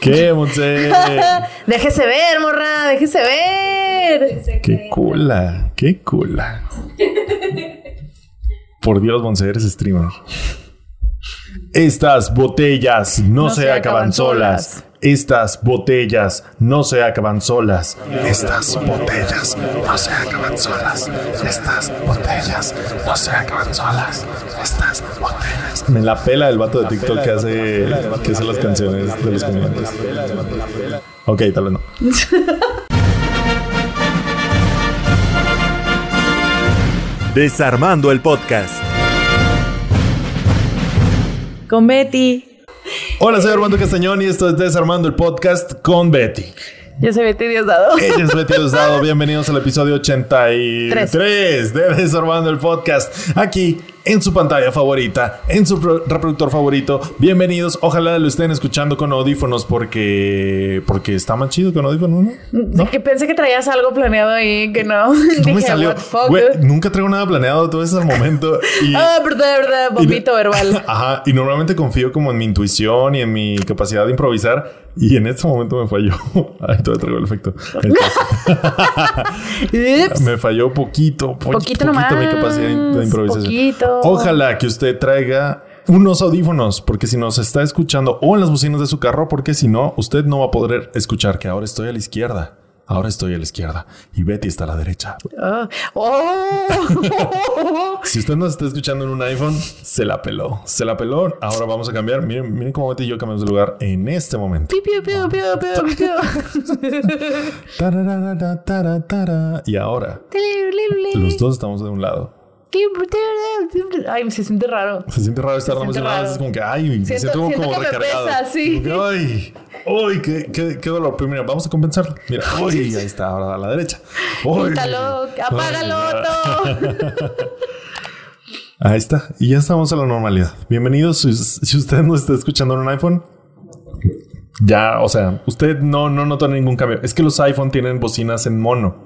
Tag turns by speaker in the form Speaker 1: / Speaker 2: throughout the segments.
Speaker 1: ¿Qué, Monse?
Speaker 2: déjese ver, morra, déjese ver.
Speaker 1: Qué cula, qué cula. Por Dios, Monse, eres streamer. Estas botellas no, se, acaban, solas. Estas botellas no se acaban solas. Estas botellas no se acaban solas. Estas botellas no se acaban solas. Estas botellas. Me la pela el vato de TikTok que hace, que hace las canciones de los comediantes. Ok, tal vez no.
Speaker 3: Desarmando el podcast.
Speaker 2: Con Betty.
Speaker 1: Hola, soy Armando Castañón y esto es Desarmando el Podcast con Betty.
Speaker 2: Yo soy Betty Diosdado.
Speaker 1: Ella es Betty Diosdado. Bienvenidos al episodio 83 de Desarmando el Podcast. Aquí en su pantalla favorita, en su pro- reproductor favorito. Bienvenidos. Ojalá lo estén escuchando con audífonos porque porque está más chido con audífonos, ¿no? ¿No?
Speaker 2: Que pensé que traías algo planeado ahí que no.
Speaker 1: No me salió.
Speaker 2: what fuck.
Speaker 1: Güey, nunca traigo nada planeado todo ese momento. Y,
Speaker 2: Ah, verdad, verdad,
Speaker 1: y-
Speaker 2: bombito verbal.
Speaker 1: Ajá. Y normalmente confío como en mi intuición y en mi capacidad de improvisar. Y en este momento me falló. Ay, todavía traigo el efecto. Entonces,
Speaker 2: Ups.
Speaker 1: Me falló poquito, po-
Speaker 2: Poquito nomás,
Speaker 1: mi capacidad de improvisación.
Speaker 2: poquito.
Speaker 1: Ojalá que usted traiga unos audífonos, porque si nos está escuchando o en las bocinas de su carro, porque si no, usted no va a poder escuchar que ahora estoy a la izquierda. Ahora estoy a la izquierda y Betty está a la derecha.
Speaker 2: Oh. Oh.
Speaker 1: Si usted nos está escuchando en un iPhone, se la peló. Se la peló. Ahora vamos a cambiar. Miren, miren cómo Betty y yo cambiamos de lugar en este momento.
Speaker 2: Piu, piu, piu, piu, piu, piu.
Speaker 1: Tararara, tara, tara. Y ahora, los dos estamos de un lado.
Speaker 2: Ay, se siente raro.
Speaker 1: Se siente raro estar dando
Speaker 2: siente
Speaker 1: celular,
Speaker 2: raro.
Speaker 1: Es como que, ay, me
Speaker 2: Siento-
Speaker 1: siento, como,
Speaker 2: siento
Speaker 1: como
Speaker 2: que me
Speaker 1: recargado.
Speaker 2: pesa, sí.
Speaker 1: Como que, ay, ay, qué, qué, qué dolor. Pero mira, vamos a compensarlo. Mira, ay, ahí está, ahora a la derecha. Ay,
Speaker 2: Quítalo, apágalo, Otto.
Speaker 1: Ahí está. Y ya estamos a la normalidad. Bienvenidos. Si, si usted nos está escuchando en un iPhone, ya, o sea, usted no, no nota ningún cambio. Es que los iPhone tienen bocinas en mono,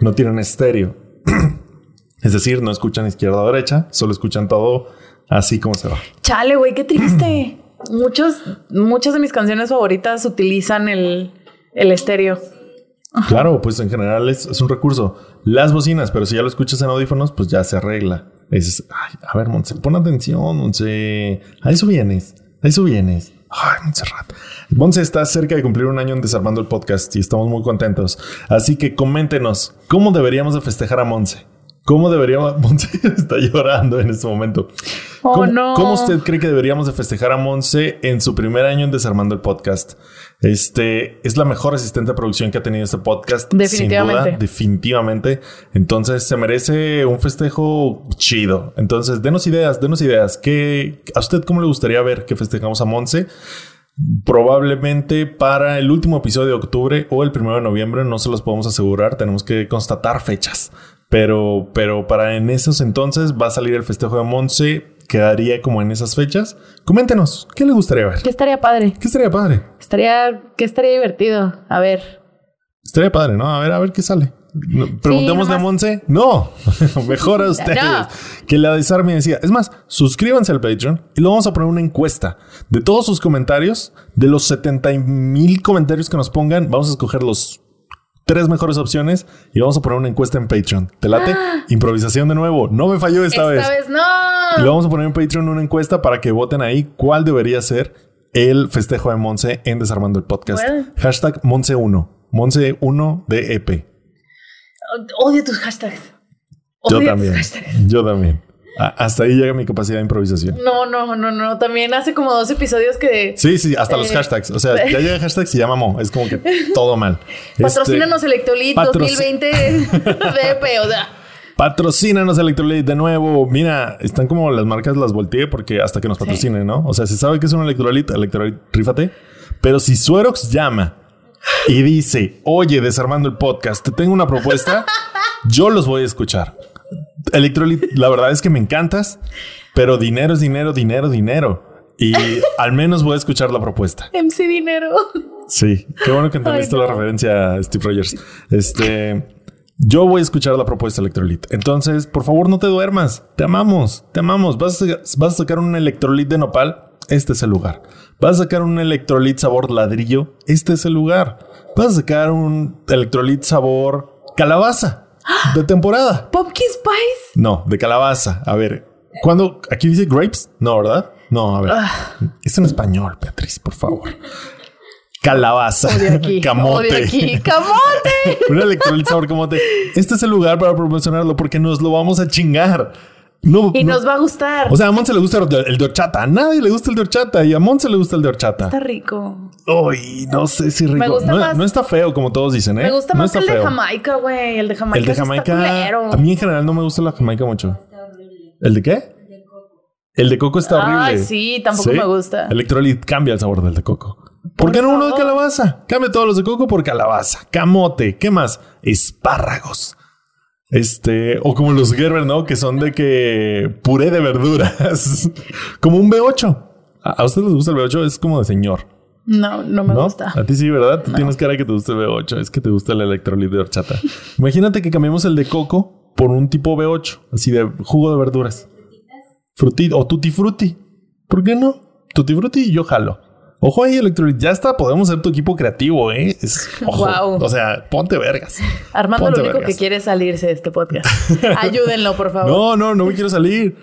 Speaker 1: no tienen estéreo. es decir, no escuchan izquierda o derecha, solo escuchan todo así como se va.
Speaker 2: Chale, güey, qué triste. Muchos, muchas de mis canciones favoritas utilizan el, el estéreo.
Speaker 1: Claro, pues en general es, es un recurso. Las bocinas, pero si ya lo escuchas en audífonos, pues ya se arregla. Es, ay, a ver, Monse, pon atención, Monse. A eso vienes, a eso vienes. Ay, Montserrat. Monse está cerca de cumplir un año en Desarmando el Podcast y estamos muy contentos. Así que coméntenos, ¿cómo deberíamos de festejar a Monse? ¿Cómo deberíamos? Monse está llorando en este momento.
Speaker 2: Oh,
Speaker 1: ¿Cómo,
Speaker 2: no.
Speaker 1: cómo usted cree que deberíamos de festejar a Monse en su primer año en Desarmando el Podcast? Este es la mejor asistente de producción que ha tenido este podcast. sin duda,
Speaker 2: Definitivamente.
Speaker 1: definitivamente. Entonces se merece un festejo chido. Entonces, denos ideas, denos ideas. ¿Qué, ¿A usted cómo le gustaría ver que festejamos a Monse? Probablemente para el último episodio de octubre o el primero de noviembre, no se los podemos asegurar, tenemos que constatar fechas. Pero, pero para en esos entonces va a salir el festejo de Monse, quedaría como en esas fechas. Coméntenos, ¿qué le gustaría ver?
Speaker 2: ¿Qué estaría padre?
Speaker 1: ¿Qué estaría padre?
Speaker 2: Estaría, ¿Qué estaría divertido? A ver.
Speaker 1: Estaría padre, ¿no? A ver, a ver qué sale. No, Preguntemos a
Speaker 2: nomás-
Speaker 1: Monse. No, mejor a ustedes.
Speaker 2: No.
Speaker 1: Que la desarme decía. Es más, suscríbanse al Patreon y lo vamos a poner una encuesta. De todos sus comentarios, de los 70 mil comentarios que nos pongan, vamos a escoger los tres mejores opciones y vamos a poner una encuesta en Patreon. ¿Te late? Improvisación de nuevo. No me falló esta, vez. Y
Speaker 2: no.
Speaker 1: lo vamos a poner en Patreon una encuesta para que voten ahí cuál debería ser el festejo de Monse en Desarmando el Podcast.
Speaker 2: Bueno.
Speaker 1: Hashtag Monse1. Monse1 de E EP.
Speaker 2: Odio tus hashtags.
Speaker 1: Yo
Speaker 2: Odio
Speaker 1: también.
Speaker 2: tus hashtags.
Speaker 1: Yo también. A- hasta ahí llega mi capacidad de improvisación.
Speaker 2: No, no, no, no. También hace como dos episodios que
Speaker 1: Sí, sí, hasta los
Speaker 2: Eh.
Speaker 1: hashtags. O sea, ya llega hashtags y ya mamó. Es como que todo mal. Este,
Speaker 2: patrocínanos Electrolit
Speaker 1: patroci-
Speaker 2: 2020 DP. O sea,
Speaker 1: Patrocínanos Electrolyte de nuevo. Mira, están como las marcas las volteé porque hasta que nos patrocinen, ¿no? O sea, se sabe que es un Electrolyte, Electrolyte, rífate. Pero si Suerox llama y dice, oye, desarmando el podcast, te tengo una propuesta, yo los voy a escuchar. Electrolyte, la verdad es que me encantas, pero dinero es dinero, dinero, dinero. Y al menos voy a escuchar la propuesta.
Speaker 2: MC Dinero.
Speaker 1: Sí, qué bueno que entendiste
Speaker 2: Ay, no.
Speaker 1: la referencia a Steve Rogers. Este, yo voy a escuchar la propuesta Electrolit. Entonces, por favor, no te duermas. Te amamos, te amamos. Vas a, vas a sacar un Electrolit de nopal. este es el lugar. Vas a sacar un electrolit sabor ladrillo, este es el lugar. Vas a sacar un electrolit sabor calabaza de temporada.
Speaker 2: Pumpkin Spice.
Speaker 1: No, de calabaza. A ver, ¿cuándo? Aquí dice grapes. No, ¿verdad? No, a ver.
Speaker 2: Ah.
Speaker 1: Es en español, Beatriz, por favor. Calabaza,
Speaker 2: Odio aquí.
Speaker 1: camote.
Speaker 2: Odio aquí. ¡Camote!
Speaker 1: Un electrolit sabor camote. Este es el lugar para promocionarlo porque nos lo vamos a chingar. No,
Speaker 2: Y
Speaker 1: no-
Speaker 2: nos va a gustar.
Speaker 1: O sea, a Monse le gusta el de- el de horchata. A nadie le gusta el de horchata y a Monse le gusta el de horchata.
Speaker 2: Está rico.
Speaker 1: Uy, no sé si rico.
Speaker 2: Me gusta
Speaker 1: no,
Speaker 2: más-
Speaker 1: no está feo, como todos dicen, ¿eh?
Speaker 2: Me gusta
Speaker 1: No
Speaker 2: más
Speaker 1: está
Speaker 2: el de
Speaker 1: feo.
Speaker 2: Jamaica, güey. El de Jamaica.
Speaker 1: El de
Speaker 2: sí está
Speaker 1: Jamaica.
Speaker 2: culero.
Speaker 1: A mí en general no me gusta la Jamaica mucho. ¿El de qué? El de coco está horrible.
Speaker 2: Ay, sí, tampoco me gusta.
Speaker 1: Electrolit cambia el sabor del de coco. ¿Por,
Speaker 2: Por
Speaker 1: qué no uno de
Speaker 2: favor.
Speaker 1: calabaza? Cambia todos los de coco por calabaza, camote, ¿qué más? Espárragos. Este, o como los Gerber, ¿no? Que son de que puré de verduras. como un B8. ¿A, a ustedes les gusta el B8? Es como de señor.
Speaker 2: No, no me
Speaker 1: ¿No?
Speaker 2: gusta.
Speaker 1: A ti sí, ¿verdad? Tú tienes cara que te gusta el B8. Es que te gusta el electrolit de horchata. Imagínate que cambiemos el de coco por un tipo B8, así de jugo de verduras. Fruti o tutti frutti. ¿Por qué no? Tutti frutti yo jalo. Ojo ahí, electrolit. Ya está, podemos ser tu equipo creativo, ¿eh? Es, ojo.
Speaker 2: Wow.
Speaker 1: O sea, ponte vergas.
Speaker 2: Armando
Speaker 1: Ponte
Speaker 2: lo único
Speaker 1: vergas.
Speaker 2: que quiere es salirse de este podcast. Ayúdenlo, por favor.
Speaker 1: No, no, no me quiero salir.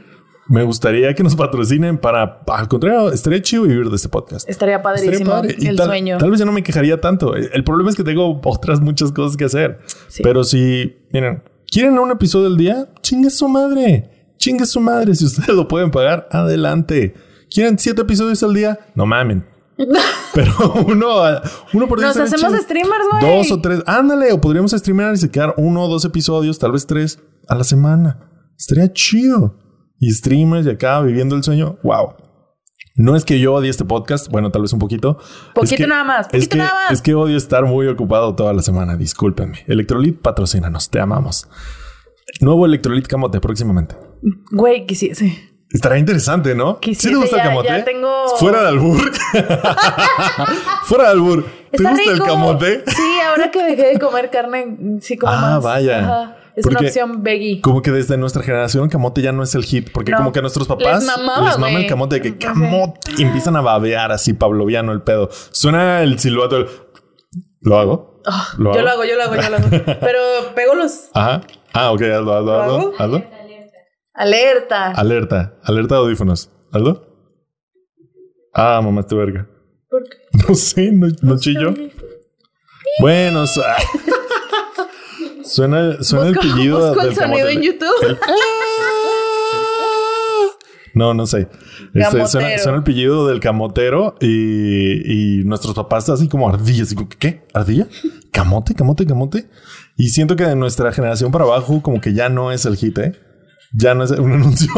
Speaker 1: Me gustaría que nos patrocinen para, al contrario, estaría chido vivir de este podcast.
Speaker 2: Estaría
Speaker 1: Estaría
Speaker 2: padrísimo
Speaker 1: padre. Y
Speaker 2: el
Speaker 1: tal,
Speaker 2: sueño.
Speaker 1: Tal vez yo no me quejaría tanto. El problema es que tengo otras muchas cosas que hacer.
Speaker 2: Sí.
Speaker 1: Pero si, miren, quieren un episodio del día, chingue su madre. Chingue su madre. Si ustedes lo pueden pagar, adelante. ¿Quieren siete episodios al día? No mamen. Pero uno, a- uno por día
Speaker 2: Nos
Speaker 1: estaría
Speaker 2: hacemos este
Speaker 1: chido.
Speaker 2: streamers, güey.
Speaker 1: Dos o tres. Ándale, o podríamos streamear y sacar uno o dos episodios, tal vez tres a la semana. Estaría chido. Y streamers y acá viviendo el sueño. Wow. No es que yo odie este podcast, bueno, tal vez un poquito.
Speaker 2: Poquito
Speaker 1: Es que-
Speaker 2: nada más,
Speaker 1: Es
Speaker 2: poquito
Speaker 1: que,
Speaker 2: nada más.
Speaker 1: es que odio estar muy ocupado toda la semana, discúlpenme. Electrolit, patrocínanos, te amamos. Nuevo Electrolit Camote próximamente.
Speaker 2: Güey, quisiese.
Speaker 1: Estará interesante, ¿no?
Speaker 2: Quisiera,
Speaker 1: ¿Sí te gusta
Speaker 2: ya-
Speaker 1: el camote?
Speaker 2: ya tengo-
Speaker 1: Fuera de albur. Fuera de albur. ¿Te
Speaker 2: Está
Speaker 1: gusta el
Speaker 2: rico.
Speaker 1: camote?
Speaker 2: Sí, ahora que dejé de comer carne, sí como
Speaker 1: Ah,
Speaker 2: más.
Speaker 1: vaya.
Speaker 2: Ajá. Es
Speaker 1: Porque-
Speaker 2: una opción veggie.
Speaker 1: Como que desde nuestra generación camote ya no es el hit, porque
Speaker 2: No.
Speaker 1: como que a nuestros papás
Speaker 2: Les mamaba,
Speaker 1: les mama el
Speaker 2: güey.
Speaker 1: camote de que
Speaker 2: Ajá.
Speaker 1: camote y empiezan a babear así pavloviano el pedo. Suena el silbato. el- ¿Lo hago? ¿Lo
Speaker 2: Ah, yo
Speaker 1: hago?
Speaker 2: lo hago, yo lo hago, yo lo hago. Pero pego los
Speaker 1: Ajá. Ah, ok, hazlo, hazlo,
Speaker 2: ¿Lo
Speaker 1: hazlo.
Speaker 2: hago?
Speaker 1: hazlo.
Speaker 2: alerta.
Speaker 1: Alerta, alerta de audífonos. Hazlo. Ah, mamá, te verga.
Speaker 2: ¿Por qué?
Speaker 1: No sé, no, no chillo. Bueno, su- suena, suena el
Speaker 2: Busco-
Speaker 1: pillido
Speaker 2: busco el
Speaker 1: del
Speaker 2: sonido
Speaker 1: camote.
Speaker 2: en YouTube.
Speaker 1: El- No, no sé. Este, suena,
Speaker 2: Camotero.
Speaker 1: suena el pillido del camotero y, y nuestros papás así como ardillas. Digo, ¿Qué? ¿Ardilla? ¿Camote? ¿Camote? ¿Camote? Y siento que de nuestra generación para abajo como que ya no es el hit, ¿eh? Ya no es un anuncio.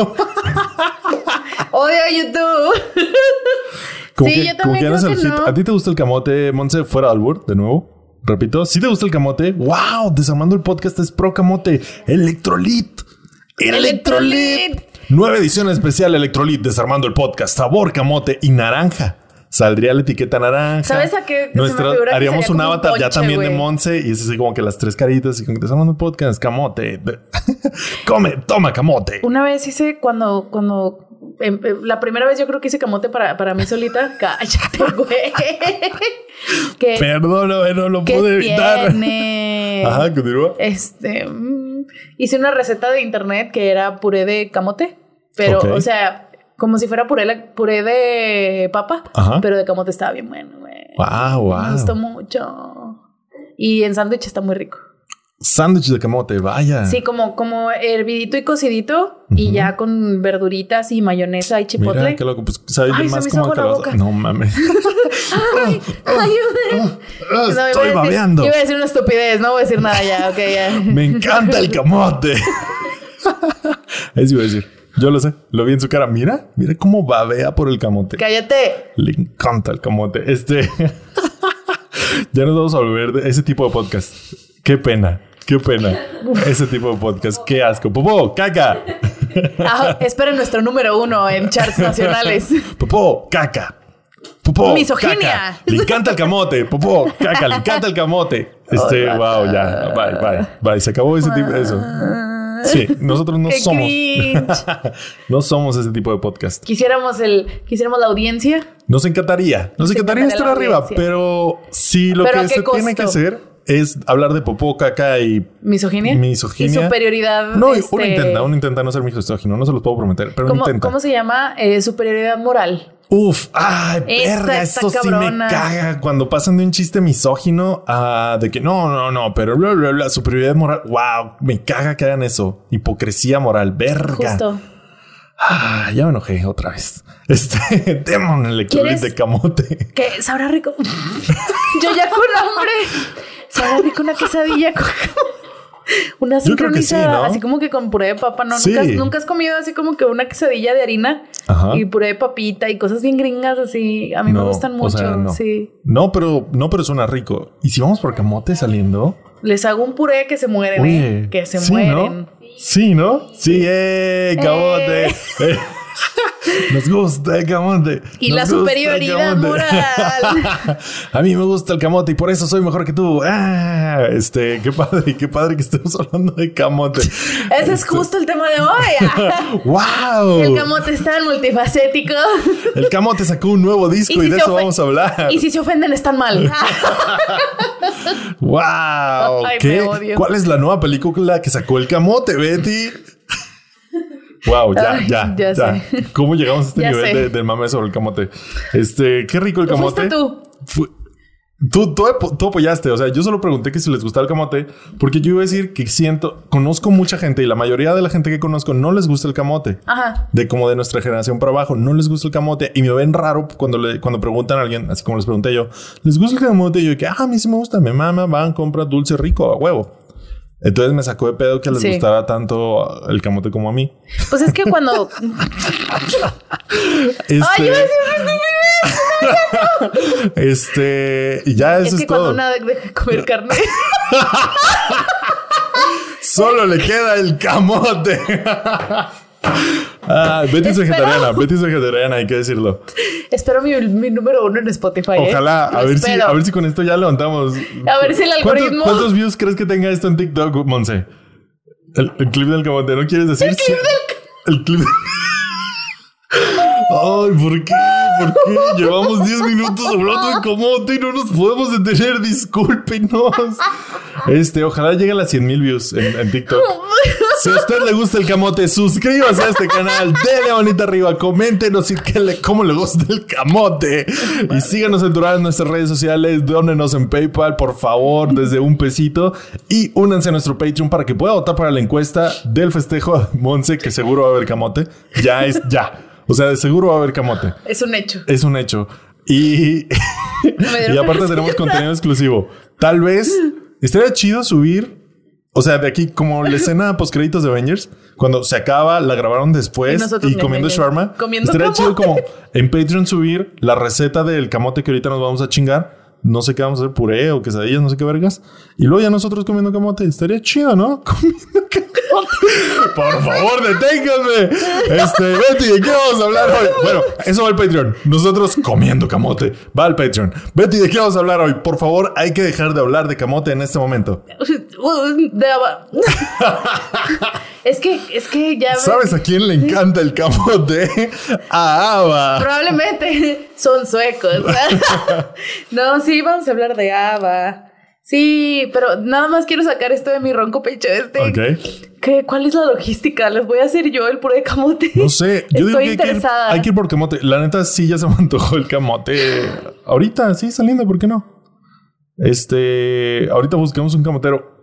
Speaker 2: Odio YouTube.
Speaker 1: Como
Speaker 2: Sí,
Speaker 1: que,
Speaker 2: yo
Speaker 1: como que
Speaker 2: también
Speaker 1: ya no es
Speaker 2: creo
Speaker 1: el
Speaker 2: que
Speaker 1: hit.
Speaker 2: no.
Speaker 1: ¿A ti te gusta el camote, Monse? Fuera de albur, de nuevo. Repito, si te gusta el camote, wow, desarmando el podcast es pro camote. Electrolit. Electrolit.
Speaker 2: Electrolit.
Speaker 1: Nueva edición especial Electrolit, desarmando el podcast, sabor camote y naranja. Saldría la etiqueta naranja.
Speaker 2: ¿Sabes a qué se me
Speaker 1: Nuestra-
Speaker 2: figura que
Speaker 1: haríamos
Speaker 2: sería
Speaker 1: un
Speaker 2: como un
Speaker 1: avatar ya
Speaker 2: ponche,
Speaker 1: también de
Speaker 2: güey?
Speaker 1: Monse y es así como que las tres caritas y como que desarmando el podcast, camote. Come, toma camote.
Speaker 2: Una vez hice cuando, cuando em, em, la primera vez yo creo que hice camote para, para mí solita. Cállate, güey. que
Speaker 1: Perdóname, no lo
Speaker 2: ¿Qué
Speaker 1: pude evitar.
Speaker 2: tiene?
Speaker 1: Ajá, continúa.
Speaker 2: Este, mm, hice una receta de internet que era puré de camote, pero,
Speaker 1: Ok.
Speaker 2: o sea, como si fuera puré, la- puré de papa,
Speaker 1: Ajá.
Speaker 2: pero de camote estaba bien bueno, güey.
Speaker 1: Wow,
Speaker 2: Me
Speaker 1: wow.
Speaker 2: gustó mucho. Y en sándwich está muy rico.
Speaker 1: Sándwich de camote, vaya.
Speaker 2: Sí, como, como hervidito y cocidito,
Speaker 1: Ah.
Speaker 2: y
Speaker 1: Ujú.
Speaker 2: ya con verduritas y mayonesa y chipotle.
Speaker 1: Mira, qué loco. Pues sabe
Speaker 2: Ay, se
Speaker 1: más
Speaker 2: me hizo
Speaker 1: como a
Speaker 2: agua la
Speaker 1: calabaza.
Speaker 2: boca.
Speaker 1: No mames.
Speaker 2: Ay, ayúdenme.
Speaker 1: Ah,
Speaker 2: No, iba a
Speaker 1: Estoy
Speaker 2: decir-
Speaker 1: babeando.
Speaker 2: Iba a decir una estupidez, no voy a decir nada ya, ok, ya.
Speaker 1: Me encanta el camote. Eso iba a decir. Yo lo sé. Lo vi en su cara. Mira, mira cómo babea por el camote.
Speaker 2: Cállate.
Speaker 1: Le encanta el camote. Este. ya nos vamos a volver de ese tipo de podcast. Qué pena. Qué pena. Ese tipo de podcast. Qué asco. Popó, caca.
Speaker 2: Ah, esperen nuestro número uno en charts nacionales.
Speaker 1: Popó, caca. Popó,
Speaker 2: Misoginia.
Speaker 1: caca. Le encanta el camote. Popó, caca. Le encanta el camote. Este, wow, ya. Bye, bye. Bye. Se acabó ese tipo. Eso. Sí, nosotros no
Speaker 2: Ah, Qué
Speaker 1: somos.
Speaker 2: cringe.
Speaker 1: no somos ese tipo de podcast.
Speaker 2: Quisiéramos el, quisiéramos la audiencia.
Speaker 1: Nos encantaría. Nos
Speaker 2: Nos
Speaker 1: encantaría
Speaker 2: encantaría
Speaker 1: estar
Speaker 2: la
Speaker 1: arriba,
Speaker 2: audiencia.
Speaker 1: pero sí lo
Speaker 2: ¿Pero a
Speaker 1: que
Speaker 2: qué
Speaker 1: se tiene que
Speaker 2: costo?
Speaker 1: hacer es hablar de popó, caca y.
Speaker 2: Misoginia.
Speaker 1: Misoginia.
Speaker 2: Y superioridad.
Speaker 1: No,
Speaker 2: este,
Speaker 1: uno intenta, uno intenta no ser misógino, no se los puedo prometer, pero
Speaker 2: ¿cómo,
Speaker 1: intenta.
Speaker 2: cómo se llama? Eh, superioridad moral.
Speaker 1: Uf, ay,
Speaker 2: Esta
Speaker 1: verga,
Speaker 2: está
Speaker 1: eso sí me
Speaker 2: cabrona.
Speaker 1: caga cuando pasan de un chiste misógino a de que no, no, no, pero bla, bla, bla, superioridad moral. Wow, me caga que hagan eso. Hipocresía moral, verga.
Speaker 2: Justo.
Speaker 1: Ah, ya me enojé otra vez. Este demon el
Speaker 2: ¿Quieres?
Speaker 1: de camote.
Speaker 2: Que sabrá rico. Yo ya con hambre. Sabrá rico una quesadilla con. Una
Speaker 1: Yo creo que sí,
Speaker 2: sincronizada,
Speaker 1: ¿no?
Speaker 2: así como que con puré de papa, ¿no?
Speaker 1: Sí.
Speaker 2: ¿Nunca, has- nunca has comido así como que una quesadilla de harina
Speaker 1: Ajá.
Speaker 2: y puré de papita y cosas bien gringas así. A mí
Speaker 1: No,
Speaker 2: me gustan
Speaker 1: o
Speaker 2: mucho,
Speaker 1: sea, no.
Speaker 2: sí.
Speaker 1: No, pero no, pero suena rico. Y si vamos por camote saliendo,
Speaker 2: Les hago un puré que se mueren,
Speaker 1: oye,
Speaker 2: ¿eh? Que se
Speaker 1: sí,
Speaker 2: mueren.
Speaker 1: ¿no? Sí, ¿no? Sí, eh, camote.
Speaker 2: Eh.
Speaker 1: Eh. Nos gusta el camote.
Speaker 2: Y
Speaker 1: Nos
Speaker 2: la
Speaker 1: gusta el
Speaker 2: superioridad
Speaker 1: camote.
Speaker 2: moral.
Speaker 1: A mí me gusta el camote y por eso soy mejor que tú. Ah, este, qué padre, qué padre que estemos hablando de camote.
Speaker 2: Ese es justo el tema de hoy. Ah,
Speaker 1: ¡Wow!
Speaker 2: El camote es tan multifacético.
Speaker 1: El camote sacó un nuevo disco y,
Speaker 2: si
Speaker 1: de
Speaker 2: se
Speaker 1: eso
Speaker 2: ofe-
Speaker 1: vamos a hablar.
Speaker 2: Y si se ofenden, están mal. Ah,
Speaker 1: ¡Wow!
Speaker 2: Ay,
Speaker 1: ¿Qué?
Speaker 2: me odio.
Speaker 1: ¿Cuál es la nueva película que sacó el camote, Betty? Wow, ya,
Speaker 2: Ay,
Speaker 1: ya, ya,
Speaker 2: ya
Speaker 1: ¿Cómo llegamos a este
Speaker 2: Ya
Speaker 1: nivel
Speaker 2: sé.
Speaker 1: de, del mame sobre el camote? Este, qué rico el camote.
Speaker 2: Fuiste tú.
Speaker 1: Fu- Tú, tú, apo- tú apoyaste, o sea, yo solo pregunté que si les gustaba el camote, porque yo iba a decir que siento, conozco mucha gente y la mayoría de la gente que conozco no les gusta el camote.
Speaker 2: Ajá.
Speaker 1: De como de nuestra generación para abajo, no les gusta el camote y me ven raro cuando le cuando preguntan a alguien, así como les pregunté yo, ¿les gusta el camote? Y yo de que, ah, a mí sí me gusta, me mama, van, compra dulce rico, a huevo. Entonces me sacó de pedo que les
Speaker 2: Sí.
Speaker 1: gustara tanto el camote como a mí.
Speaker 2: Pues es que cuando.
Speaker 1: Este,
Speaker 2: Ay, iba a decir,
Speaker 1: este, y ya
Speaker 2: es
Speaker 1: eso
Speaker 2: que
Speaker 1: es,
Speaker 2: cuando
Speaker 1: todo.
Speaker 2: una deja de comer carne.
Speaker 1: Solo le queda el camote. Ah, Betty es
Speaker 2: Espero-
Speaker 1: vegetariana, Betty es vegetariana, hay que decirlo.
Speaker 2: Espero mi, mi número uno en Spotify. ¿eh?
Speaker 1: Ojalá, a
Speaker 2: Lo
Speaker 1: ver, si,
Speaker 2: espero.
Speaker 1: a ver si con esto ya levantamos.
Speaker 2: A ver si el
Speaker 1: ¿Cuántos-
Speaker 2: algoritmo-
Speaker 1: ¿Cuántos, views crees que tenga esto en TikTok, Monse? El, el clip del camote, ¿no quieres decir? El clip del... El clip Ay, ¿por qué? ¿Por qué? Llevamos 10 minutos hablando de camote y no nos podemos detener, discúlpenos. Este, ojalá llegue a las 100 mil views en, en TikTok. Si a usted le gusta el camote, suscríbase a este canal, dele bonita arriba, coméntenos y que le- cómo le gusta el camote. Y síganos en todas nuestras redes sociales, dónenos en PayPal, por favor, desde un pesito. Y únanse a nuestro Patreon para que pueda votar para la encuesta del festejo de Monse, que seguro va a haber camote. Ya es, ya. O sea, de seguro va a haber camote.
Speaker 2: Es un hecho.
Speaker 1: Es un hecho. Y,
Speaker 2: Me dieron
Speaker 1: y aparte
Speaker 2: ganas de
Speaker 1: tenemos
Speaker 2: llorar.
Speaker 1: contenido exclusivo. Tal vez estaría chido subir. O sea, de aquí, como la escena post créditos de Avengers, cuando se acaba, la grabaron
Speaker 2: Y
Speaker 1: después
Speaker 2: nosotros
Speaker 1: y,
Speaker 2: ña,
Speaker 1: comiendo
Speaker 2: ña, ña.
Speaker 1: shawarma.
Speaker 2: Comiendo
Speaker 1: estaría chido como
Speaker 2: camote.
Speaker 1: en Patreon subir la receta del camote que ahorita nos vamos a chingar. No sé qué vamos a hacer, puré o quesadillas, no sé qué vergas. Y luego ya nosotros comiendo camote. Estaría chido, ¿no? Comiendo camote. Por favor, deténganme. Este, Betty, ¿de qué vamos a hablar hoy? Bueno, eso va al Patreon. Nosotros comiendo camote. Va al Patreon. Betty, ¿de qué vamos a hablar hoy? Por favor, hay que dejar de hablar de camote en este momento.
Speaker 2: De aba- es que, es que ya.
Speaker 1: ¿Sabes a quién le encanta el camote? A Ava.
Speaker 2: Probablemente son suecos. no, sí, vamos a hablar de ABBA. Sí, pero nada más quiero sacar esto de mi ronco pecho. Este,
Speaker 1: Ok.
Speaker 2: ¿Qué? ¿Cuál es la logística? ¿Les voy a hacer yo el puré de camote?
Speaker 1: No sé, yo
Speaker 2: Estoy
Speaker 1: digo que hay que, ir,
Speaker 2: interesada.
Speaker 1: hay que ir por camote. La neta, sí, ya se me antojó el camote. Ahorita, sí, saliendo, ¿por qué no? Este, ahorita buscamos un camotero.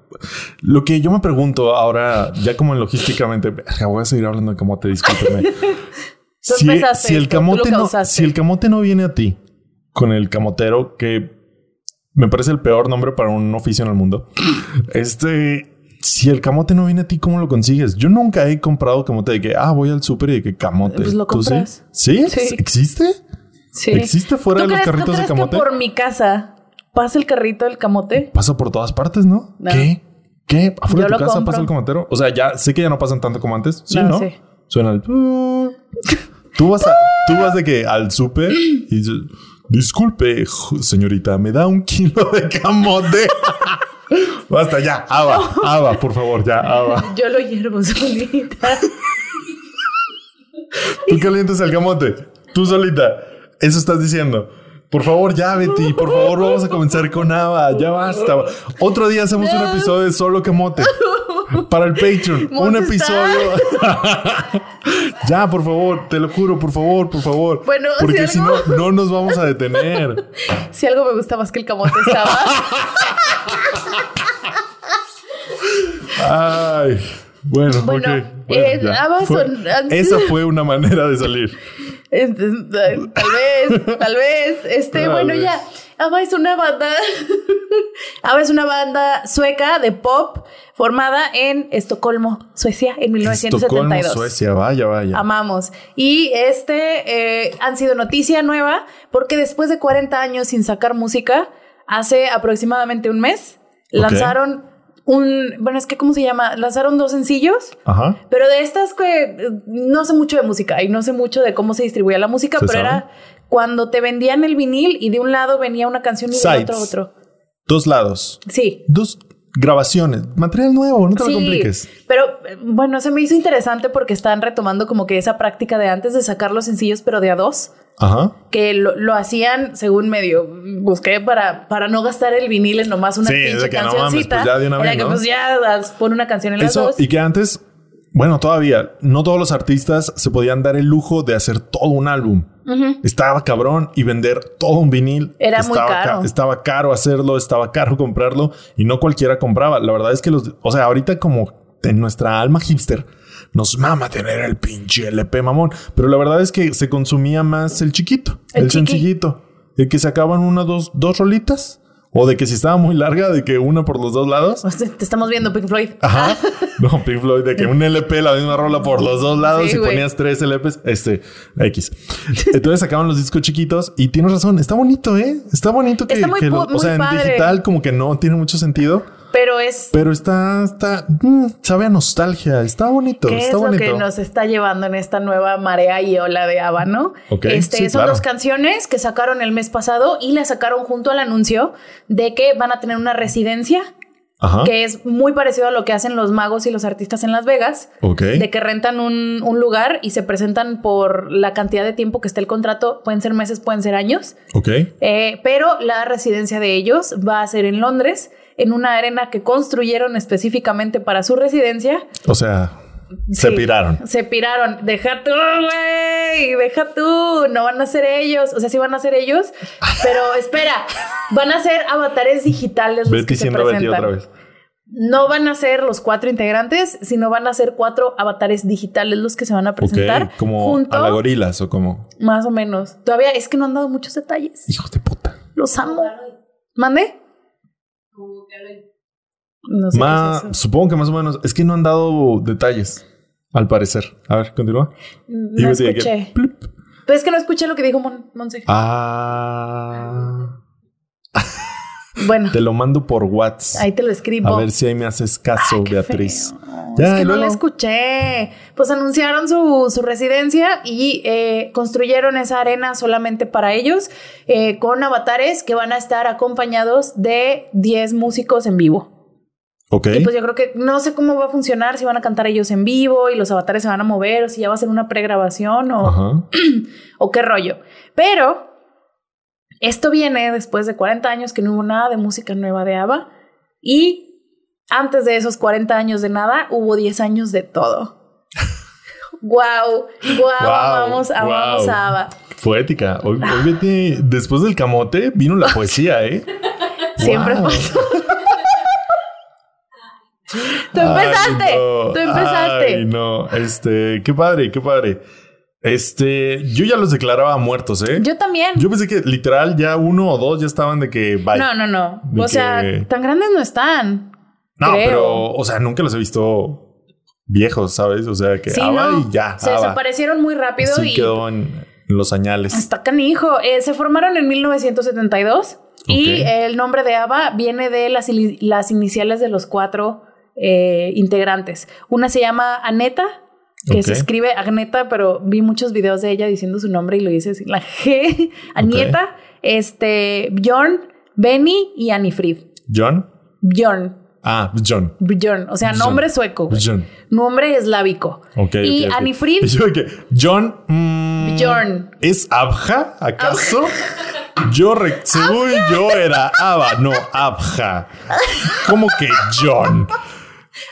Speaker 1: Lo que yo me pregunto ahora, ya como en logísticamente, verga, voy a seguir hablando de camote, discúlpeme.
Speaker 2: Tú
Speaker 1: si,
Speaker 2: empezaste
Speaker 1: si el
Speaker 2: esto, tú lo
Speaker 1: camote no,
Speaker 2: causaste.
Speaker 1: si el camote no viene a ti con el camotero, que me parece el peor nombre para un oficio en el mundo, este, si el camote no viene a ti, ¿cómo lo consigues? Yo nunca he comprado camote de que, ah, voy al súper y de que camote.
Speaker 2: Pues lo
Speaker 1: ¿Tú sí?
Speaker 2: compras.
Speaker 1: ¿Sí?
Speaker 2: Sí.
Speaker 1: ¿Existe?
Speaker 2: Sí.
Speaker 1: ¿Existe fuera
Speaker 2: ¿Tú
Speaker 1: de los
Speaker 2: crees- tú
Speaker 1: carritos de
Speaker 2: crees que
Speaker 1: camote?
Speaker 2: por mi casa pasa el carrito del camote?
Speaker 1: Pasa por todas partes, ¿no?
Speaker 2: No.
Speaker 1: ¿Qué? ¿Qué? ¿Afuera de tu
Speaker 2: Yo lo
Speaker 1: casa
Speaker 2: compro.
Speaker 1: pasa el camotero? O sea, ya sé que ya no pasan tanto como antes. Sí, ¿no?
Speaker 2: No, sí.
Speaker 1: Suena el... tu. Tú vas, a- tú vas de que al súper y dices... Disculpe, jo- señorita, me da un kilo de camote. Basta, ya, Ava, Ava, por favor, ya, Ava.
Speaker 2: Yo lo hiervo solita.
Speaker 1: Tú calientas el camote, tú solita. Eso estás diciendo. Por favor, ya, Betty, por favor, vamos a comenzar con Ava, ya basta. Otro día hacemos un episodio de solo camote. Para el Patreon, un
Speaker 2: Monse está-
Speaker 1: episodio. ya, por favor, te lo juro, por favor, por favor.
Speaker 2: Bueno, si
Speaker 1: porque si
Speaker 2: algo-
Speaker 1: no, no nos vamos a detener.
Speaker 2: Si algo me gusta más que el camote estaba.
Speaker 1: Ay, bueno,
Speaker 2: Bueno,
Speaker 1: ok.
Speaker 2: eh,
Speaker 1: ya.
Speaker 2: Amazon-
Speaker 1: Fue- esa fue una manera de salir.
Speaker 2: eh, Tal vez, tal vez. Este,
Speaker 1: Tal
Speaker 2: bueno,
Speaker 1: vez.
Speaker 2: ya. ABBA es una banda. ABBA es una banda sueca de pop formada en Estocolmo, Suecia, en 1972.
Speaker 1: Estocolmo, Suecia, vaya, vaya.
Speaker 2: Amamos. Y este eh, han sido noticia nueva porque después de 40 años sin sacar música, hace aproximadamente un mes
Speaker 1: Ok.
Speaker 2: lanzaron un. Bueno, es que, ¿cómo se llama? Lanzaron dos sencillos.
Speaker 1: Ajá.
Speaker 2: Pero de estas que eh, no sé mucho de música y no sé mucho de cómo se distribuía la música,
Speaker 1: ¿Se
Speaker 2: pero
Speaker 1: sabe?
Speaker 2: era cuando te vendían el vinil y de un lado venía una canción y del
Speaker 1: Sides.
Speaker 2: otro otro.
Speaker 1: Dos lados.
Speaker 2: Sí.
Speaker 1: Dos grabaciones. Material nuevo, no te
Speaker 2: sí,
Speaker 1: lo compliques.
Speaker 2: pero eh, bueno, se me hizo interesante porque están retomando como que esa práctica de antes de sacar los sencillos, pero de a dos,
Speaker 1: Ajá.
Speaker 2: que lo, lo hacían según medio. Busqué para, para no gastar el vinil en nomás una
Speaker 1: Sí,
Speaker 2: pinche
Speaker 1: es de que no mames,
Speaker 2: cancioncita.
Speaker 1: pues ya de una
Speaker 2: Era
Speaker 1: vez,
Speaker 2: que
Speaker 1: ¿no?
Speaker 2: pues ya das- pon una canción en las
Speaker 1: Eso,
Speaker 2: dos.
Speaker 1: y que antes, bueno, todavía, no todos los artistas se podían dar el lujo de hacer todo un álbum.
Speaker 2: Ujú.
Speaker 1: Estaba cabrón y vender todo un vinil.
Speaker 2: Era muy
Speaker 1: estaba ca-
Speaker 2: caro.
Speaker 1: estaba caro hacerlo, estaba caro comprarlo y no cualquiera compraba. La verdad es que los, o sea, ahorita como en nuestra alma hipster nos mama tener el pinche LP mamón, pero la verdad es que se consumía más el chiquito,
Speaker 2: El
Speaker 1: el,
Speaker 2: chiqui.
Speaker 1: sencillito, el que sacaban una, dos, dos rolitas o de que si estaba muy larga, de que una por los dos lados.
Speaker 2: O sea, Pues, Te estamos viendo, Pink Floyd.
Speaker 1: Ajá. No, Pink Floyd, de que un LP, la misma rola por los dos lados
Speaker 2: Sí,
Speaker 1: y
Speaker 2: güey.
Speaker 1: ponías tres LPs. Este, X. Entonces sacaban los discos chiquitos y tienes razón, está bonito, ¿eh? Está bonito que,
Speaker 2: Está muy
Speaker 1: que
Speaker 2: pu-
Speaker 1: lo-
Speaker 2: muy
Speaker 1: o sea,
Speaker 2: padre.
Speaker 1: en digital como que no tiene mucho sentido,
Speaker 2: Pero es
Speaker 1: pero está, está, mm, sabe a nostalgia, está bonito,
Speaker 2: ¿Qué es
Speaker 1: está
Speaker 2: lo
Speaker 1: bonito.
Speaker 2: que nos está llevando en esta nueva marea y ola de ABBA, no?
Speaker 1: Ok,
Speaker 2: este,
Speaker 1: sí,
Speaker 2: son
Speaker 1: claro.
Speaker 2: dos canciones que sacaron el mes pasado y las sacaron junto al anuncio de que van a tener una residencia
Speaker 1: Ajá.
Speaker 2: que es muy parecido a lo que hacen los magos y los artistas en Las Vegas.
Speaker 1: Ok.
Speaker 2: De que rentan un, un lugar y se presentan por la cantidad de tiempo que esté el contrato. Pueden ser meses, pueden ser años.
Speaker 1: Ok.
Speaker 2: Eh, pero la residencia de ellos va a ser en Londres, en una arena que construyeron específicamente para su residencia.
Speaker 1: O sea, se
Speaker 2: Sí.
Speaker 1: piraron.
Speaker 2: Se piraron. Deja tú, güey. Deja tú. No van a ser ellos. O sea, sí van a ser ellos. Pero espera. Van a ser avatares digitales. Los
Speaker 1: Betty
Speaker 2: que se
Speaker 1: siendo Betty
Speaker 2: presentan.
Speaker 1: otra vez.
Speaker 2: No van a ser los cuatro integrantes, sino van a ser cuatro avatares digitales los que se van a presentar.
Speaker 1: Ok. Como
Speaker 2: junto,
Speaker 1: a la gorilas o como.
Speaker 2: Más o menos. Todavía es que no han dado muchos detalles.
Speaker 1: Hijos de puta.
Speaker 2: Los amo. ¿Mande? No sé qué
Speaker 1: Ma-
Speaker 2: es eso.
Speaker 1: supongo que más o menos. Es que no han dado detalles, al parecer. A ver, continúa.
Speaker 2: No
Speaker 1: Iba a decir que-
Speaker 2: escuché.
Speaker 1: Plup.
Speaker 2: Pero es que no escuché lo que dijo Mon- Monse.
Speaker 1: Ah,
Speaker 2: Bueno,
Speaker 1: te lo mando por WhatsApp.
Speaker 2: ahí te lo escribo.
Speaker 1: A ver si ahí me haces caso,
Speaker 2: Qué
Speaker 1: Beatriz.
Speaker 2: feo.
Speaker 1: Ya,
Speaker 2: es que
Speaker 1: y
Speaker 2: no
Speaker 1: luego.
Speaker 2: la escuché. Pues anunciaron su, su residencia y eh, construyeron esa arena solamente para ellos, eh, con avatares que van a estar acompañados de 10 músicos en vivo.
Speaker 1: Ok.
Speaker 2: Y pues yo creo que no sé cómo va a funcionar, si van a cantar ellos en vivo y los avatares se van a mover, o si ya va a ser una pregrabación o,
Speaker 1: Ajá.
Speaker 2: o qué rollo. Pero esto viene después de 40 años que no hubo nada de música nueva de ABBA y antes de esos 40 años de nada hubo 10 años de todo. Wow, wow, amamos,
Speaker 1: guau.
Speaker 2: amamos a ABBA.
Speaker 1: Poética. Hoy,
Speaker 2: Ah.
Speaker 1: hoy Betty, después del camote, vino la poesía, ¿eh?
Speaker 2: Siempre
Speaker 1: Guau.
Speaker 2: pasa. Tú
Speaker 1: Ay,
Speaker 2: empezaste,
Speaker 1: no.
Speaker 2: tú empezaste.
Speaker 1: Ay, no. Este, qué padre, qué padre. Este, yo ya los declaraba muertos, ¿eh?
Speaker 2: Yo también.
Speaker 1: Yo pensé que literal ya uno o dos ya estaban de que bye.
Speaker 2: no, no, no.
Speaker 1: De
Speaker 2: O sea,
Speaker 1: que-
Speaker 2: tan grandes no están.
Speaker 1: No,
Speaker 2: creo.
Speaker 1: pero, o sea, nunca los he visto viejos, ¿sabes? O sea, que
Speaker 2: Sí,
Speaker 1: ABBA
Speaker 2: no.
Speaker 1: y ya.
Speaker 2: Se
Speaker 1: ABBA.
Speaker 2: desaparecieron muy rápido
Speaker 1: Sí
Speaker 2: y
Speaker 1: quedó en los añales.
Speaker 2: Está canijo. Eh, se formaron en 1972 y
Speaker 1: Ok.
Speaker 2: el nombre de ABBA viene de las, ili- las iniciales de los cuatro eh, integrantes. Una se llama Aneta, que se
Speaker 1: Ok.
Speaker 2: escribe Agneta, pero vi muchos videos de ella diciendo su nombre y lo dice así, la G, Anieta, este, Bjorn, Benny y Anifrid.
Speaker 1: John,
Speaker 2: Bjorn.
Speaker 1: Ah, John.
Speaker 2: Bjorn. O sea,
Speaker 1: Bjorn.
Speaker 2: nombre sueco. güey.
Speaker 1: Bjorn.
Speaker 2: Nombre eslávico.
Speaker 1: Ok.
Speaker 2: y
Speaker 1: ok, ok.
Speaker 2: Anifrid.
Speaker 1: Y yo de que, John. mm,
Speaker 2: Bjorn.
Speaker 1: ¿Es Abja? ¿Acaso? Yo, re- según yo, era Abba, no Abja. ¿Cómo que John?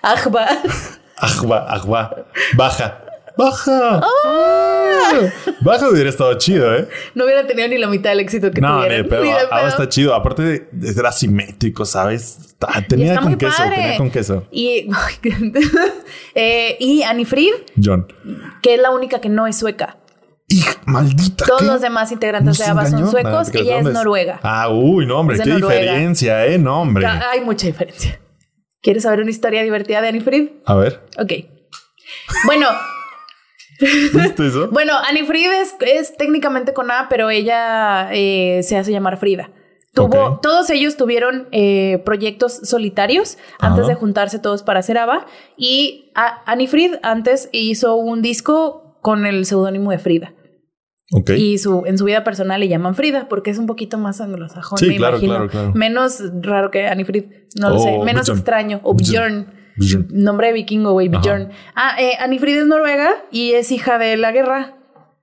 Speaker 2: Ajba.
Speaker 1: Ajba, ajba. Baja. Baja. Ah.
Speaker 2: Oh.
Speaker 1: Baja hubiera estado chido, ¿eh?
Speaker 2: No hubiera tenido ni la mitad del éxito que
Speaker 1: No, ni de
Speaker 2: tuvieron.
Speaker 1: pedo.
Speaker 2: Ni de
Speaker 1: Abba
Speaker 2: pedo.
Speaker 1: está chido. Aparte, de- de- era simétrico, ¿sabes? Ah,
Speaker 2: Y
Speaker 1: Tenía
Speaker 2: está
Speaker 1: con
Speaker 2: muy
Speaker 1: queso,
Speaker 2: padre.
Speaker 1: tenía con queso.
Speaker 2: Y, eh, y Anifrid,
Speaker 1: John.
Speaker 2: que es la única que no es sueca.
Speaker 1: ¡Hij, maldita!
Speaker 2: Todos
Speaker 1: ¿qué?
Speaker 2: los demás integrantes
Speaker 1: ¿Nos
Speaker 2: de ABBA
Speaker 1: engañó?
Speaker 2: son
Speaker 1: Nada,
Speaker 2: suecos,
Speaker 1: te creas,
Speaker 2: ella es
Speaker 1: ¿dónde
Speaker 2: noruega.
Speaker 1: Ah, uy, no, hombre,
Speaker 2: Es de
Speaker 1: qué
Speaker 2: Noruega.
Speaker 1: diferencia, ¿eh? No, hombre.
Speaker 2: Ca- Hay mucha diferencia. ¿Quieres saber una historia divertida de Annie Fried?
Speaker 1: A ver,
Speaker 2: Ok. Bueno,
Speaker 1: ¿viste eso?
Speaker 2: bueno, Annie Fried es, es técnicamente con A, pero ella eh, se hace llamar Frida. Tuvo,
Speaker 1: Ok.
Speaker 2: Todos ellos tuvieron eh, proyectos solitarios antes
Speaker 1: Ajá.
Speaker 2: de juntarse todos para hacer ABBA. Y a- Annie Fried antes hizo un disco con el seudónimo de Frida.
Speaker 1: ok.
Speaker 2: Y su, en su vida personal le llaman Frida porque es un poquito más anglosajón,
Speaker 1: Sí,
Speaker 2: me
Speaker 1: claro,
Speaker 2: imagino.
Speaker 1: claro, claro.
Speaker 2: Menos raro que Annie Fried, no lo
Speaker 1: O
Speaker 2: sé. Menos
Speaker 1: Bjorn.
Speaker 2: extraño. O
Speaker 1: Bjorn.
Speaker 2: Bjorn. Nombre de vikingo, güey,
Speaker 1: Ajá.
Speaker 2: Bjorn. Ah, eh, Annie Fried es noruega y es hija de la guerra,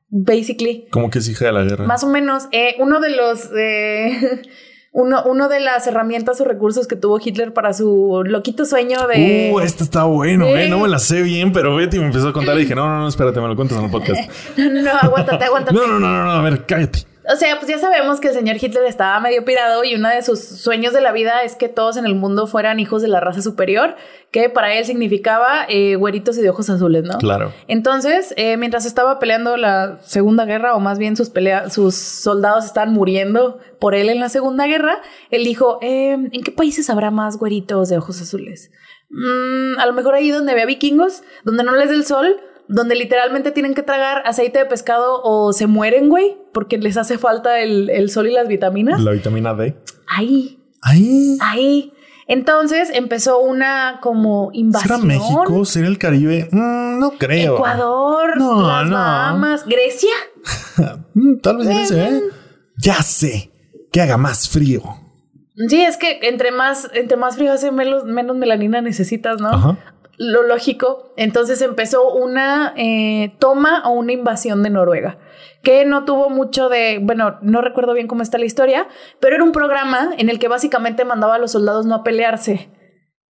Speaker 2: basically.
Speaker 1: ¿Cómo que es hija de la guerra?
Speaker 2: Más o menos, eh, uno de los... eh, uno, uno de las herramientas o recursos que tuvo Hitler para su loquito sueño de...
Speaker 1: Uh, este está bueno,
Speaker 2: Sí.
Speaker 1: eh. No me la sé bien, pero Betty me empezó a contar y dije, no, no, no, espérate, me lo cuentas en el podcast.
Speaker 2: No, no, no, aguántate, aguántate.
Speaker 1: No, no, no, no, no, a ver, cállate.
Speaker 2: O sea, pues ya sabemos que el señor Hitler estaba medio pirado y uno de sus sueños de la vida es que todos en el mundo fueran hijos de la raza superior, que para él significaba eh, güeritos y de ojos azules, ¿no?
Speaker 1: Claro.
Speaker 2: Entonces, eh, mientras estaba peleando la Segunda Guerra, o más bien sus, pelea- sus soldados estaban muriendo por él en la Segunda Guerra, él dijo, "Eh, ¿en qué países habrá más güeritos de ojos azules? "Mm, a lo mejor ahí donde había vikingos, donde no les da el sol, donde literalmente tienen que tragar aceite de pescado o se mueren, güey, porque les hace falta el, el sol y las vitaminas.
Speaker 1: La vitamina D.
Speaker 2: Ahí,
Speaker 1: Ay.
Speaker 2: ahí. Entonces empezó una como
Speaker 1: ¿Será
Speaker 2: invasión.
Speaker 1: México? ¿Será el Caribe? Mm, no creo.
Speaker 2: Ecuador,
Speaker 1: No,
Speaker 2: las
Speaker 1: no.
Speaker 2: Bahamas, Grecia.
Speaker 1: Mm, tal vez en
Speaker 2: Eh,
Speaker 1: ese, ¿eh? Ya sé. Que haga más frío.
Speaker 2: Sí, es que entre más, entre más frío hace menos, menos melanina necesitas, ¿no?
Speaker 1: Ajá.
Speaker 2: Lo lógico. Entonces empezó una eh, toma o una invasión de Noruega, que no tuvo mucho de, bueno, no recuerdo bien cómo está la historia, pero era un programa en el que básicamente mandaba a los soldados no a pelearse,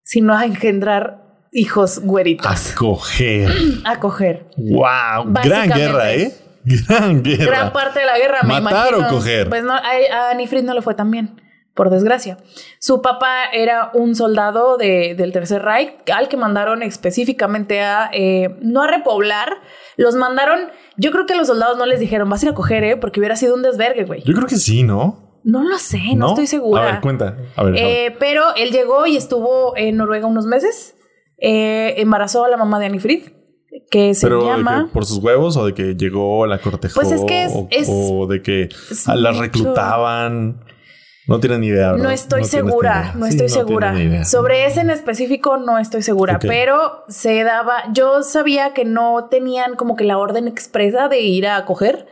Speaker 2: sino a engendrar hijos güeritos,
Speaker 1: A coger.
Speaker 2: a coger.
Speaker 1: Wow. Gran
Speaker 2: Básicamente.
Speaker 1: guerra, ¿eh? Gran guerra.
Speaker 2: Gran parte de la guerra, me
Speaker 1: Matar o
Speaker 2: imagino.
Speaker 1: coger.
Speaker 2: Pues no, a, a Nifrid no le fue tan bien, por desgracia. Su papá era un soldado de- del Tercer Reich, al que mandaron específicamente a eh, no a repoblar, los mandaron. Yo creo que los soldados no les dijeron, vas a ir a coger, ¿eh? porque hubiera sido un desvergue, güey.
Speaker 1: Yo creo que sí, ¿no?
Speaker 2: No lo sé, no, estoy segura.
Speaker 1: A ver, cuenta. A ver. a ver.
Speaker 2: Eh, pero él llegó y estuvo en Noruega unos meses. Eh, embarazó a la mamá de Anifrid, que se
Speaker 1: Pero de
Speaker 2: llama.
Speaker 1: que por sus huevos o de que llegó, la cortejó.
Speaker 2: Pues es que es-
Speaker 1: o,
Speaker 2: es-
Speaker 1: o de que
Speaker 2: es
Speaker 1: eh, a- la
Speaker 2: mucho.
Speaker 1: reclutaban. No tienen ni idea. ¿verdad?
Speaker 2: No estoy
Speaker 1: tienes ni
Speaker 2: segura,
Speaker 1: idea.
Speaker 2: no
Speaker 1: Sí,
Speaker 2: estoy
Speaker 1: no
Speaker 2: segura.
Speaker 1: tienen ni idea.
Speaker 2: Sobre ese en específico no estoy segura,
Speaker 1: Ok.
Speaker 2: pero se daba, yo sabía que no tenían como que la orden expresa de ir a coger,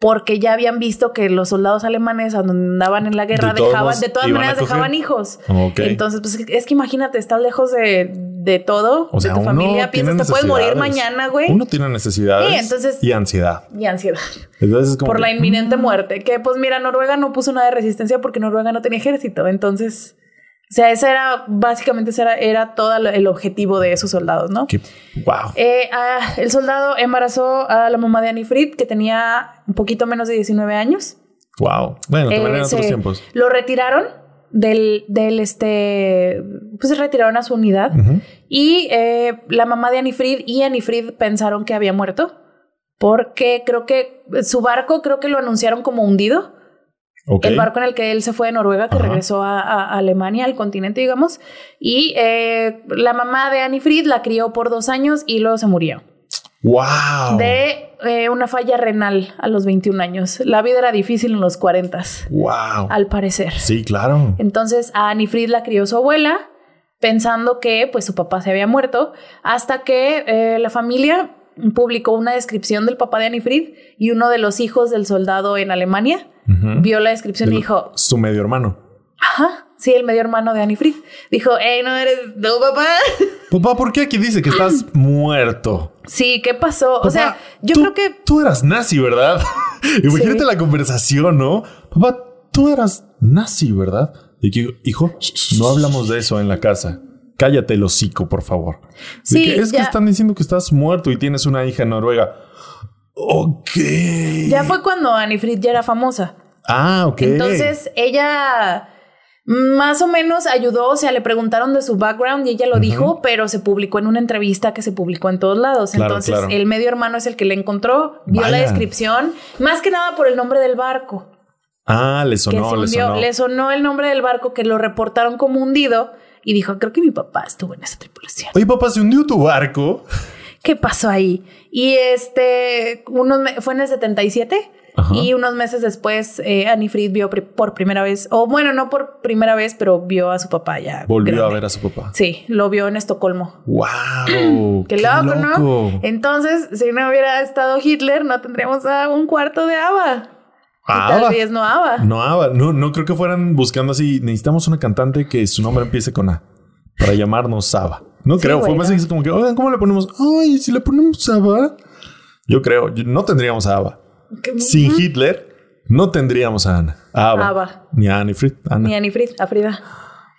Speaker 2: porque ya habían visto que los soldados alemanes a donde andaban en la guerra
Speaker 1: De todos
Speaker 2: dejaban,
Speaker 1: modos,
Speaker 2: de todas
Speaker 1: iban a
Speaker 2: maneras
Speaker 1: coger.
Speaker 2: dejaban hijos.
Speaker 1: Ok.
Speaker 2: Entonces, pues es que imagínate, estás lejos de, de todo,
Speaker 1: O sea,
Speaker 2: de tu
Speaker 1: uno
Speaker 2: familia, piensas,
Speaker 1: tiene
Speaker 2: te puedes morir
Speaker 1: necesidades.
Speaker 2: mañana, güey.
Speaker 1: Uno tiene necesidades
Speaker 2: Sí, entonces-
Speaker 1: y ansiedad.
Speaker 2: Y ansiedad
Speaker 1: Entonces es como
Speaker 2: por la
Speaker 1: que, mm.
Speaker 2: inminente muerte. Que pues mira, Noruega no puso nada de resistencia porque Noruega no tenía ejército. Entonces, o sea, ese era básicamente ese era, era todo lo- el objetivo de esos soldados, ¿no?
Speaker 1: mm, que, wow.
Speaker 2: Eh, ah, el soldado embarazó a la mamá de Annie Fried, que tenía un poquito menos de 19 años.
Speaker 1: Wow. Bueno,
Speaker 2: Eh,
Speaker 1: también eran
Speaker 2: se-
Speaker 1: otros tiempos.
Speaker 2: Lo retiraron del, del este, pues retiraron a su unidad.
Speaker 1: Ujú.
Speaker 2: Y eh, la mamá de Anifrid y Anifrid pensaron que había muerto. Porque creo que su barco, creo que lo anunciaron como hundido.
Speaker 1: Ok.
Speaker 2: El barco en el que él se fue de Noruega, que
Speaker 1: Ajá.
Speaker 2: regresó a, a Alemania, al continente, digamos. Y eh, la mamá de Anifrid la crió por dos años y luego se murió.
Speaker 1: Wow.
Speaker 2: De eh, una falla renal a los 21 años. La vida era difícil en los 40,
Speaker 1: Wow.
Speaker 2: al parecer.
Speaker 1: Sí, claro.
Speaker 2: Entonces a Anifrid la crió su abuela, pensando que pues su papá se había muerto, hasta que eh, la familia publicó una descripción del papá de Anifrid y uno de los hijos del soldado en Alemania
Speaker 1: Ujú.
Speaker 2: vio la descripción
Speaker 1: De
Speaker 2: y
Speaker 1: lo-
Speaker 2: dijo,
Speaker 1: Su medio hermano.
Speaker 2: ajá, sí, el medio hermano de Annie Fried. Dijo, hey, no eres tú, papá.
Speaker 1: Papá, ¿por qué aquí dice que estás muerto?
Speaker 2: Sí, ¿qué pasó? o
Speaker 1: Papá,
Speaker 2: sea, yo
Speaker 1: tú-
Speaker 2: creo que
Speaker 1: Tú eras nazi, ¿verdad? Imagínate
Speaker 2: Sí.
Speaker 1: la conversación, ¿no? Papá, tú eras nazi, ¿verdad? Y que, hijo, no hablamos de eso en la casa. Cállate el hocico, por favor. De
Speaker 2: Sí,
Speaker 1: que, es que
Speaker 2: ya.
Speaker 1: están diciendo que estás muerto y tienes una hija en Noruega. Ok.
Speaker 2: ya fue cuando Annie Fried ya era famosa.
Speaker 1: Ah, ok.
Speaker 2: Entonces ella más o menos ayudó, o sea, le preguntaron de su background y ella lo
Speaker 1: Ujú.
Speaker 2: dijo, pero se publicó en una entrevista que se publicó en todos lados.
Speaker 1: Claro,
Speaker 2: Entonces
Speaker 1: claro.
Speaker 2: el medio hermano es el que le encontró, vio la
Speaker 1: Vaya.
Speaker 2: descripción, más que nada por el nombre del barco.
Speaker 1: Ah, le
Speaker 2: Que
Speaker 1: sonó,
Speaker 2: se
Speaker 1: le
Speaker 2: hundió.
Speaker 1: sonó.
Speaker 2: Le sonó el nombre del barco que lo reportaron como hundido y dijo, creo que mi papá estuvo en esa tripulación.
Speaker 1: Oye, papá, se hundió tu barco.
Speaker 2: ¿Qué pasó ahí? Y este, unos me- fue en el 77
Speaker 1: Ajá.
Speaker 2: y unos meses después eh, Annie Fried vio pri- por primera vez, o bueno, no por primera vez, pero vio a su papá ya.
Speaker 1: Volvió a
Speaker 2: grande.
Speaker 1: ver a su papá.
Speaker 2: Sí, lo vio en Estocolmo.
Speaker 1: ¡Wow!
Speaker 2: Qué, loco, ¿no? Eh, Entonces, si no hubiera estado Hitler, no tendríamos a un cuarto de Ava.
Speaker 1: Ah,
Speaker 2: Tal vez no Ava.
Speaker 1: No, Ava, no, no creo que fueran buscando así. Necesitamos una cantante que su nombre empiece con A para llamarnos Ava. No
Speaker 2: Sí,
Speaker 1: creo,
Speaker 2: güey,
Speaker 1: fue más
Speaker 2: no.
Speaker 1: así como que, oigan, ¿cómo le ponemos? Ay, si le ponemos Ava. Yo creo, yo- no tendríamos a Ava.
Speaker 2: Que-
Speaker 1: Sin Hitler, no tendríamos a Ana. A Ava.
Speaker 2: Ava.
Speaker 1: Ni a Annie Fritz. Ana.
Speaker 2: Ni Annie Fried, a Frida.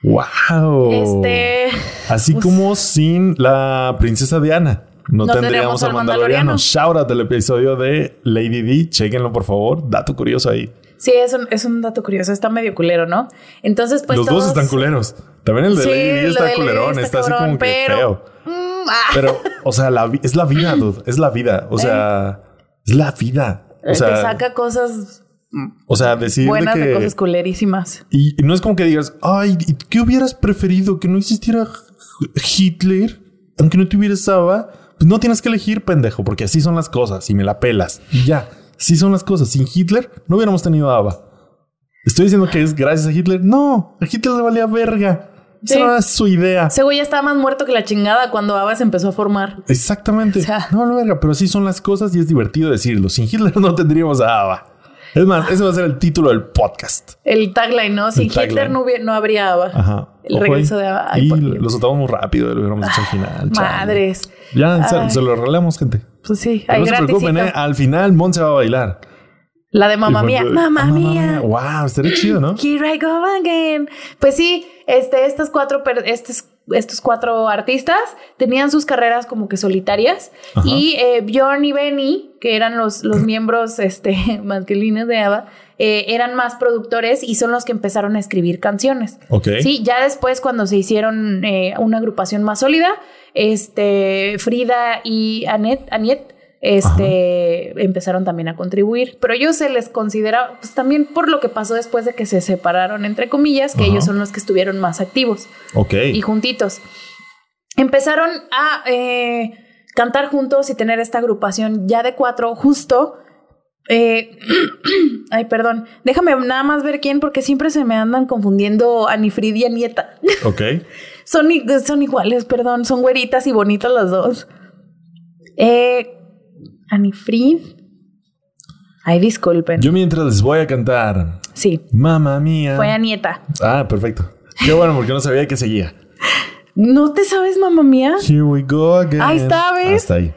Speaker 1: Wow.
Speaker 2: Este.
Speaker 1: Así
Speaker 2: pues-
Speaker 1: como sin la princesa Diana. No, tendríamos, al Mandaloriano. Shout out del episodio de Lady D. Chequenlo, por favor. Dato curioso ahí.
Speaker 2: Sí, es un, es un dato curioso. Está medio culero, ¿no? Entonces, pues.
Speaker 1: los dos
Speaker 2: todos-
Speaker 1: están culeros. También el de
Speaker 2: Sí,
Speaker 1: Lady Di
Speaker 2: lo
Speaker 1: está
Speaker 2: de Lady
Speaker 1: culerón,
Speaker 2: Di
Speaker 1: está,
Speaker 2: está
Speaker 1: así
Speaker 2: cabrón,
Speaker 1: como que
Speaker 2: pero-
Speaker 1: feo.
Speaker 2: Mm, ah.
Speaker 1: Pero, o sea, la vi- es la vida, dude. Es la vida. O sea, es la vida. O
Speaker 2: te
Speaker 1: sea,
Speaker 2: Eh. saca cosas
Speaker 1: o sea, decir de
Speaker 2: buenas
Speaker 1: que.
Speaker 2: de cosas culerísimas.
Speaker 1: y, y no es como que digas, ay, ¿y ¿qué hubieras preferido? ¿Que no existiera Hitler? Aunque no tuviera Saba. Pues no tienes que elegir, pendejo, porque así son las cosas y me la pelas. Y ya, así son las cosas. Sin Hitler no hubiéramos tenido a Ava. ¿Estoy diciendo que es gracias a Hitler? No, a Hitler le valía verga.
Speaker 2: Sí.
Speaker 1: Esa era su idea.
Speaker 2: Seguro ya estaba más muerto que la chingada cuando Ava se empezó a formar.
Speaker 1: Exactamente.
Speaker 2: O sea-
Speaker 1: no, no, verga, pero sí son las cosas y es divertido decirlo. Sin Hitler no tendríamos a Ava. Es más, ese va a ser el título del podcast.
Speaker 2: El tagline, ¿no? Sin
Speaker 1: El tagline.
Speaker 2: Hitler no, hubie- no habría Ava.
Speaker 1: Ajá.
Speaker 2: El regreso de Ava. Ay,
Speaker 1: Y
Speaker 2: por
Speaker 1: lo-
Speaker 2: Dios.
Speaker 1: lo soltamos muy rápido, lo hubiéramos hecho al final. chale.
Speaker 2: Madres.
Speaker 1: Ya se,
Speaker 2: Ay.
Speaker 1: se lo arreglamos, gente.
Speaker 2: Pues sí,
Speaker 1: Pero
Speaker 2: hay
Speaker 1: no se preocupen, ¿eh?
Speaker 2: gratis.
Speaker 1: al final Mon se va a bailar.
Speaker 2: La de mamá
Speaker 1: Y
Speaker 2: mía.
Speaker 1: fue-
Speaker 2: Mamá
Speaker 1: Ah,
Speaker 2: mía.
Speaker 1: Wow, estaría chido, ¿no?
Speaker 2: Here I go again. Pues sí, este, estas cuatro, per- estos, estos cuatro artistas tenían sus carreras como que solitarias
Speaker 1: Ajá.
Speaker 2: y eh, Bjorn y Benny, que eran los, los miembros este, masculinos de ABBA, eh, eran más productores y son los que empezaron a escribir canciones.
Speaker 1: Ok.
Speaker 2: Sí, ya después cuando se hicieron eh, una agrupación más sólida, este, Frida y Annette, Aniet este, empezaron también a contribuir, pero ellos se les considera, pues también por lo que pasó después de que se separaron, entre comillas, que
Speaker 1: Ajá.
Speaker 2: ellos son los que estuvieron más activos
Speaker 1: Ok.
Speaker 2: y juntitos. Empezaron a eh, cantar juntos y tener esta agrupación ya de cuatro, justo. eh, ay, perdón. Déjame nada más ver quién, porque siempre se me andan confundiendo Anifrid y Anieta.
Speaker 1: Ok.
Speaker 2: Son, i- son iguales, perdón. Son güeritas y bonitas las dos. Eh, Anifrid. Ay, disculpen.
Speaker 1: Yo mientras les voy a cantar.
Speaker 2: sí,
Speaker 1: Mamá mía.
Speaker 2: fue Anieta.
Speaker 1: Ah, perfecto. Qué bueno, porque no sabía que seguía.
Speaker 2: ¿No te sabes, mamá mía?
Speaker 1: Here we go again.
Speaker 2: Ahí está, ¿ves?
Speaker 1: Hasta ahí.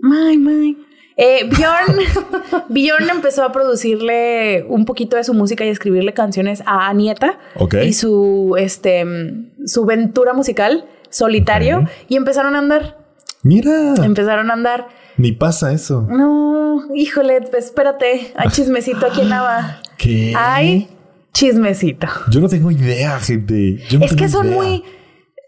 Speaker 2: My, my. Eh, Bjorn, Bjorn empezó a producirle un poquito de su música y a escribirle canciones a Anieta
Speaker 1: Ok.
Speaker 2: y su, este, mm, su ventura musical solitario
Speaker 1: Ok.
Speaker 2: y empezaron a andar.
Speaker 1: Mira,
Speaker 2: Empezaron a andar.
Speaker 1: ni pasa eso.
Speaker 2: No, híjole, pues, espérate. Hay chismecito aquí en Nava.
Speaker 1: ¿Qué?
Speaker 2: Hay chismecito.
Speaker 1: Yo no tengo idea, gente. Yo no
Speaker 2: Es que
Speaker 1: tengo
Speaker 2: son
Speaker 1: idea.
Speaker 2: muy.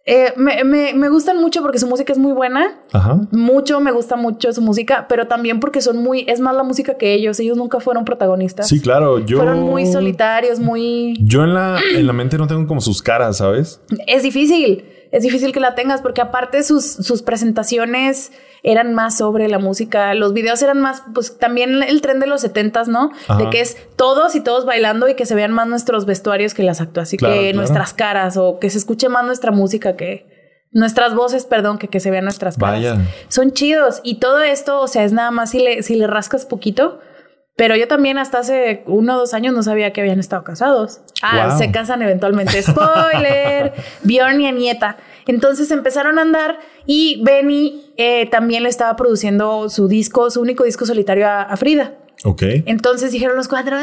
Speaker 2: eh, me, me- me gustan mucho porque su música es muy buena.
Speaker 1: Ajá.
Speaker 2: mucho, me gusta mucho su música, pero también porque son muy, es más la música que ellos, ellos nunca fueron protagonistas.
Speaker 1: Sí, claro. Yo.
Speaker 2: Fueron muy solitarios, muy...
Speaker 1: Yo en la, en la mente no tengo como sus caras, ¿sabes?
Speaker 2: Es difícil, es difícil que la tengas porque aparte sus, sus presentaciones eran más sobre la música, los videos eran más, pues también el tren de los setentas, ¿no?
Speaker 1: Ajá.
Speaker 2: De que es todos y todos bailando y que se vean más nuestros vestuarios que las actuaciones,
Speaker 1: Claro,
Speaker 2: que
Speaker 1: claro.
Speaker 2: nuestras caras o que se escuche más nuestra música que... Nuestras voces, perdón, que, que se vean nuestras caras.
Speaker 1: Vaya.
Speaker 2: son chidos y todo esto, o sea, es nada más si le, si le rascas poquito, Pero yo también hasta hace uno o dos años no sabía que habían estado casados. Ah,
Speaker 1: Wow.
Speaker 2: se casan eventualmente. Spoiler. Bjorn y Anieta. Entonces empezaron a andar y Benny eh, también le estaba produciendo su disco, su único disco solitario a, a Frida.
Speaker 1: Ok.
Speaker 2: Entonces dijeron los cuatro.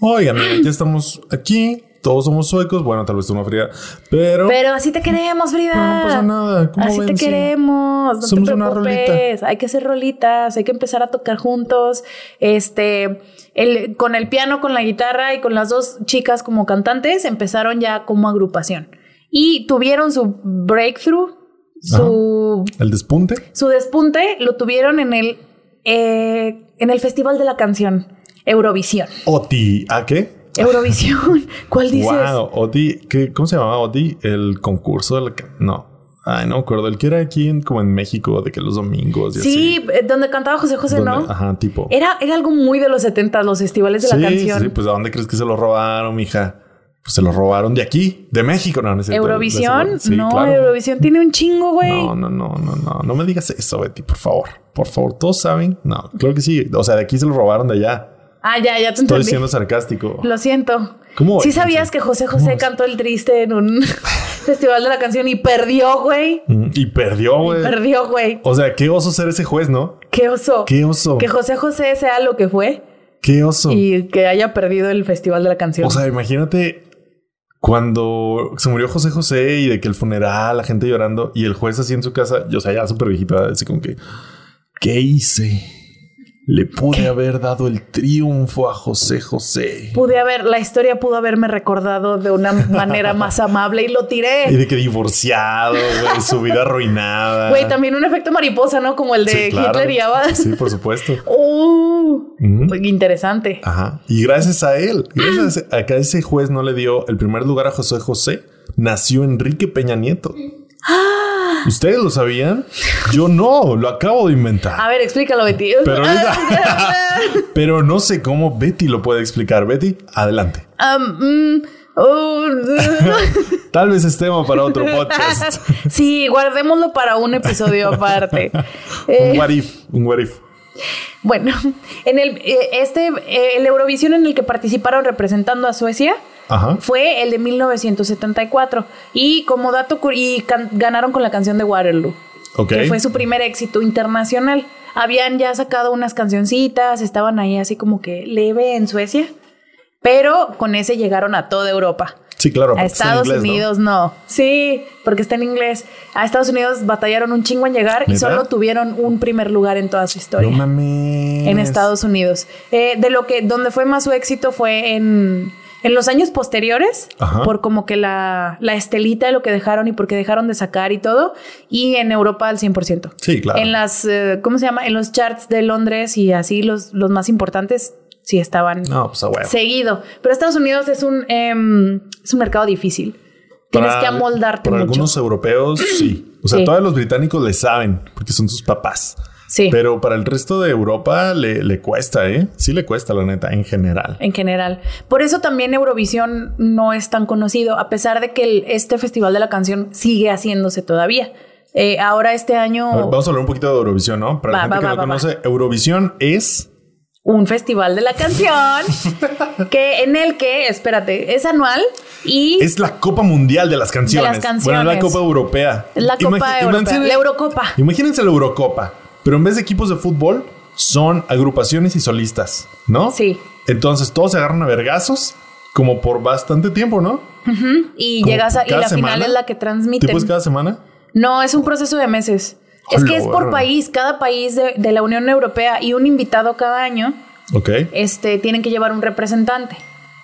Speaker 1: Oigan, mira, ya estamos aquí. Todos somos suecos. Bueno, tal vez tú no fría, pero,
Speaker 2: Pero así te queremos, Frida.
Speaker 1: pero no pasa nada. ¿Cómo
Speaker 2: Así
Speaker 1: ven
Speaker 2: te
Speaker 1: si-
Speaker 2: queremos, no
Speaker 1: Somos
Speaker 2: te
Speaker 1: una
Speaker 2: preocupes, hay que hacer rolitas, hay que empezar a tocar juntos, este, el, con el piano, con la guitarra y con las dos chicas como cantantes empezaron ya como agrupación y tuvieron su breakthrough, su,
Speaker 1: El despunte.
Speaker 2: su despunte lo tuvieron en el, eh, en el Festival de la Canción, Eurovisión.
Speaker 1: Oti. ¿A qué?
Speaker 2: Eurovisión, ¿cuál dices?
Speaker 1: Wow, Odi, ¿qué- ¿cómo se llamaba Odi? El concurso del... ca- No, ay, no me acuerdo. El que era aquí en, como en México, de que los domingos y así.
Speaker 2: Sí, eh, donde cantaba José José,
Speaker 1: Donde-
Speaker 2: ¿no?
Speaker 1: Ajá, tipo.
Speaker 2: Era, era algo muy de los 70 los festivales de
Speaker 1: sí,
Speaker 2: la canción.
Speaker 1: sí, sí, pues ¿a dónde crees que se lo robaron, mija? Pues se lo robaron de aquí, de México. No, no es cierto, de- de ese
Speaker 2: Eurovisión,
Speaker 1: lugar. Sí,
Speaker 2: no,
Speaker 1: claro.
Speaker 2: Eurovisión tiene un chingo, güey.
Speaker 1: No, no, no, no, no, no me digas eso, Betty, por favor. Por favor, todos saben. No, claro que sí. O sea, de aquí se lo robaron de allá.
Speaker 2: Ah, ya, ya te
Speaker 1: Estoy
Speaker 2: entendí.
Speaker 1: siendo sarcástico.
Speaker 2: Lo siento.
Speaker 1: ¿Cómo?
Speaker 2: Sí sabías que José José
Speaker 1: ¿Cómo?
Speaker 2: cantó el triste en un festival de la canción y perdió, güey.
Speaker 1: Mm, Y perdió, güey.
Speaker 2: Perdió, güey.
Speaker 1: O sea, qué oso ser ese juez, ¿no?
Speaker 2: Qué oso.
Speaker 1: Qué oso.
Speaker 2: Que José José sea lo que fue
Speaker 1: Qué oso.
Speaker 2: y que haya perdido el festival de la canción.
Speaker 1: O sea, imagínate cuando se murió José José y de que el funeral, la gente llorando y el juez así en su casa, yo, o sea, ya súper viejito, ¿verdad? así como que, ¿qué hice? Le pude haber dado el triunfo a José José.
Speaker 2: Pude haber, la historia pudo haberme recordado de una manera más amable y lo
Speaker 1: Y
Speaker 2: tiré.
Speaker 1: de que divorciado, güey, su vida arruinada.
Speaker 2: Güey, también un efecto mariposa, ¿no? Como el de
Speaker 1: Sí, claro.
Speaker 2: Hitler y Abad.
Speaker 1: Sí, por supuesto.
Speaker 2: Uh,
Speaker 1: Ujú.
Speaker 2: interesante.
Speaker 1: Ajá. Y gracias a
Speaker 2: Ah.
Speaker 1: él, gracias a, ese, a que ese juez no le dio el primer lugar a José José, nació Enrique Peña Nieto.
Speaker 2: Ah.
Speaker 1: ¿Ustedes lo sabían? Yo no, lo acabo de
Speaker 2: A
Speaker 1: inventar.
Speaker 2: ver, explícalo, Betty.
Speaker 1: Pero, ahorita- pero no sé cómo Betty lo puede explicar. Betty, adelante.
Speaker 2: Um, mm, oh,
Speaker 1: Tal vez es tema para otro podcast.
Speaker 2: sí, guardémoslo para un episodio aparte. Eh,
Speaker 1: Un what if, un what if.
Speaker 2: bueno, en el eh, este eh, el Eurovisión en el que participaron representando a Suecia
Speaker 1: Ajá.
Speaker 2: fue el de 1974 y como dato cur- y can- ganaron con la canción de Waterloo.
Speaker 1: Ok.
Speaker 2: que fue su primer éxito internacional. Habían ya sacado unas cancioncitas, estaban ahí así como que leve en Suecia, pero con ese llegaron a toda Europa.
Speaker 1: Sí, claro.
Speaker 2: A
Speaker 1: porque está en
Speaker 2: Estados
Speaker 1: inglés, ¿no?
Speaker 2: Unidos ¿no? sí, porque está en inglés. A Estados Unidos batallaron un chingo en llegar y
Speaker 1: ¿Neta?
Speaker 2: solo tuvieron un primer lugar en toda su
Speaker 1: No,
Speaker 2: historia.
Speaker 1: mames.
Speaker 2: en Estados Unidos. Eh, de lo que, donde fue más su éxito fue en, en los años posteriores,
Speaker 1: Ajá.
Speaker 2: por como que la, la estelita de lo que dejaron y porque dejaron de sacar y todo, y en Europa al 100%.
Speaker 1: Sí, claro.
Speaker 2: En las, eh, ¿cómo se llama? En los charts de Londres y así los, los más importantes sí estaban
Speaker 1: No, pues a huevo.
Speaker 2: seguido. Pero Estados Unidos es un, em, es un mercado difícil. Tienes
Speaker 1: Para-
Speaker 2: que amoldarte
Speaker 1: para
Speaker 2: mucho.
Speaker 1: algunos europeos, sí. O sea,
Speaker 2: Sí.
Speaker 1: todavía los británicos le saben porque son sus papás.
Speaker 2: Sí,
Speaker 1: Pero para el resto de Europa le, le cuesta, ¿eh? Sí le cuesta, la neta, en general.
Speaker 2: en general. Por eso también Eurovisión no es tan conocido, a pesar de que el- este Festival de la Canción sigue haciéndose todavía. Eh, ahora este año
Speaker 1: A ver, vamos a hablar un poquito de Eurovisión, ¿no? Para
Speaker 2: Va,
Speaker 1: la gente
Speaker 2: va,
Speaker 1: que
Speaker 2: va,
Speaker 1: no
Speaker 2: va, va.
Speaker 1: conoce, Eurovisión es...
Speaker 2: un Festival de la Canción que en el que, espérate, es anual y
Speaker 1: Es la Copa Mundial de las Canciones. Bueno, es la
Speaker 2: canciones.
Speaker 1: Copa Europea.
Speaker 2: la Copa
Speaker 1: Imagi-
Speaker 2: Europea,
Speaker 1: Imagínense,
Speaker 2: la Eurocopa.
Speaker 1: imagínense la Eurocopa, pero en vez de equipos de fútbol, son agrupaciones y solistas, ¿no?
Speaker 2: Sí.
Speaker 1: Entonces todos se agarran a vergazos como por bastante tiempo, ¿no?
Speaker 2: Y
Speaker 1: Como
Speaker 2: llegas a, y
Speaker 1: cada
Speaker 2: la final
Speaker 1: semana.
Speaker 2: es la que transmiten.
Speaker 1: Tipo es cada semana.
Speaker 2: No, es un proceso de meses. es
Speaker 1: Hola,
Speaker 2: que es por
Speaker 1: bárbaro.
Speaker 2: país, cada país de, de la Unión Europea y un invitado cada año,
Speaker 1: Ok.
Speaker 2: este, tienen que llevar un representante.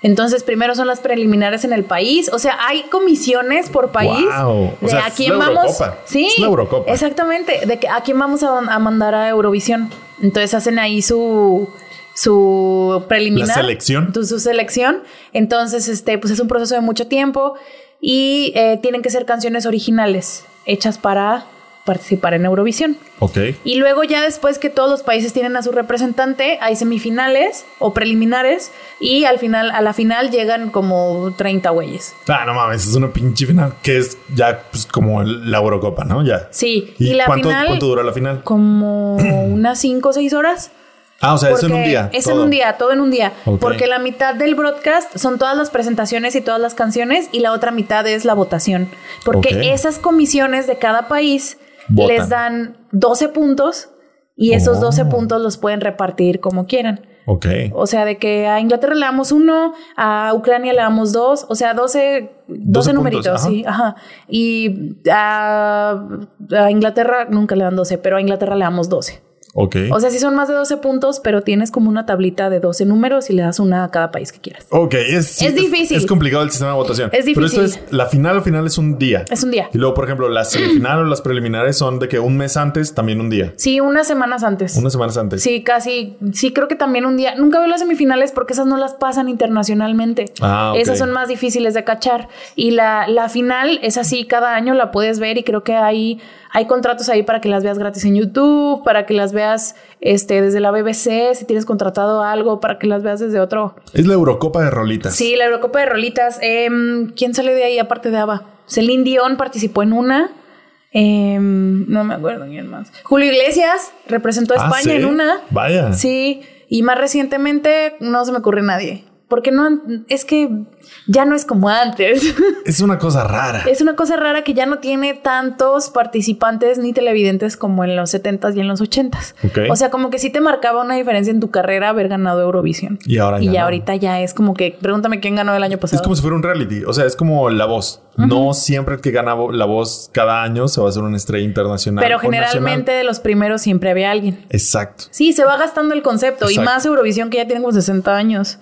Speaker 2: Entonces, primero son las preliminares en el país. O sea, hay comisiones por país.
Speaker 1: Guau. O
Speaker 2: de
Speaker 1: sea,
Speaker 2: a
Speaker 1: es
Speaker 2: quién
Speaker 1: la
Speaker 2: vamos.
Speaker 1: Eurocopa.
Speaker 2: Sí.
Speaker 1: Es la Eurocopa.
Speaker 2: Exactamente. De que a quién vamos a, a mandar a Eurovisión. Entonces hacen ahí su su preliminar.
Speaker 1: La selección.
Speaker 2: tu- su selección. Entonces, este, pues es un proceso de mucho tiempo. Y eh, tienen que ser canciones originales, hechas para participar en Eurovisión.
Speaker 1: Ok.
Speaker 2: Y luego ya después que todos los países tienen a su representante, hay semifinales o preliminares y al final a la final llegan como 30 güeyes.
Speaker 1: Ah, no mames, es una pinche final que es ya pues, como el- la Eurocopa, ¿no? Ya.
Speaker 2: Sí, y,
Speaker 1: ¿Y,
Speaker 2: la
Speaker 1: cuánto,
Speaker 2: final
Speaker 1: cuánto dura la final?
Speaker 2: como unas 5 o 6 horas.
Speaker 1: Ah, o sea, eso en
Speaker 2: Porque
Speaker 1: un día.
Speaker 2: Es en
Speaker 1: todo.
Speaker 2: un día, todo en un día.
Speaker 1: Ok.
Speaker 2: Porque la mitad del broadcast son todas las presentaciones y todas las canciones y la otra mitad es la votación. Porque
Speaker 1: Ok.
Speaker 2: esas comisiones de cada país
Speaker 1: Votan.
Speaker 2: les dan 12 puntos y esos
Speaker 1: Oh.
Speaker 2: 12 puntos los pueden repartir como quieran.
Speaker 1: Ok.
Speaker 2: O sea, de que a Inglaterra le damos uno, a Ucrania le damos dos, o sea, 12, 12,
Speaker 1: 12
Speaker 2: numeritos,
Speaker 1: puntos, ajá.
Speaker 2: sí, ajá. Y a, a Inglaterra nunca le dan 12, pero a Inglaterra le damos 12.
Speaker 1: Ok.
Speaker 2: O sea, sí son más de 12 puntos, pero tienes como una tablita de 12 números y le das una a cada país que quieras.
Speaker 1: ok. Es,
Speaker 2: Es difícil.
Speaker 1: Es complicado el sistema de votación.
Speaker 2: Es
Speaker 1: Pero esto
Speaker 2: difícil.
Speaker 1: es la final, la final es un día.
Speaker 2: Es un día.
Speaker 1: Y luego, por ejemplo, las semifinales o las preliminares son de que un mes antes, también un día.
Speaker 2: Sí, unas semanas antes.
Speaker 1: Unas semanas antes.
Speaker 2: Sí, casi. Sí, creo que también un día. Nunca veo las semifinales porque esas no las pasan internacionalmente.
Speaker 1: Ah, ok.
Speaker 2: Esas son más difíciles de cachar. Y la, la final es así, cada año la puedes ver y creo que hay, hay contratos ahí para que las veas gratis en YouTube, para que las veas este, desde la BBC, si tienes contratado algo, para que las veas desde otro.
Speaker 1: Es la Eurocopa de rolitas.
Speaker 2: Sí, la Eurocopa de Rolitas. Em, ¿Quién sale de ahí aparte de ABBA? Celine Dion participó en una. Em, no me acuerdo quién más. Julio Iglesias representó a
Speaker 1: Ah,
Speaker 2: España
Speaker 1: ¿sí?
Speaker 2: en una.
Speaker 1: Vaya.
Speaker 2: Sí, y más recientemente no se me ocurre nadie. Porque no, es que ya no es como antes.
Speaker 1: Es una cosa rara.
Speaker 2: es una cosa rara que ya no tiene tantos participantes ni televidentes como en los 70s y en los 80s.
Speaker 1: Ok.
Speaker 2: O sea, como que sí te marcaba una diferencia en tu carrera haber ganado Eurovisión.
Speaker 1: Y ahora
Speaker 2: Y
Speaker 1: Ah, ya
Speaker 2: ya
Speaker 1: no.
Speaker 2: ahorita ya es como que, pregúntame quién ganó el año pasado.
Speaker 1: Es como si fuera un reality. O sea, es como la voz. No siempre el que gana vo- la voz cada año se va a hacer una estrella internacional.
Speaker 2: Pero
Speaker 1: o nacional.
Speaker 2: generalmente de los primeros siempre había alguien.
Speaker 1: Exacto.
Speaker 2: Sí, se va gastando el concepto. Y
Speaker 1: Exacto.
Speaker 2: más Eurovisión que ya tiene como 60 años.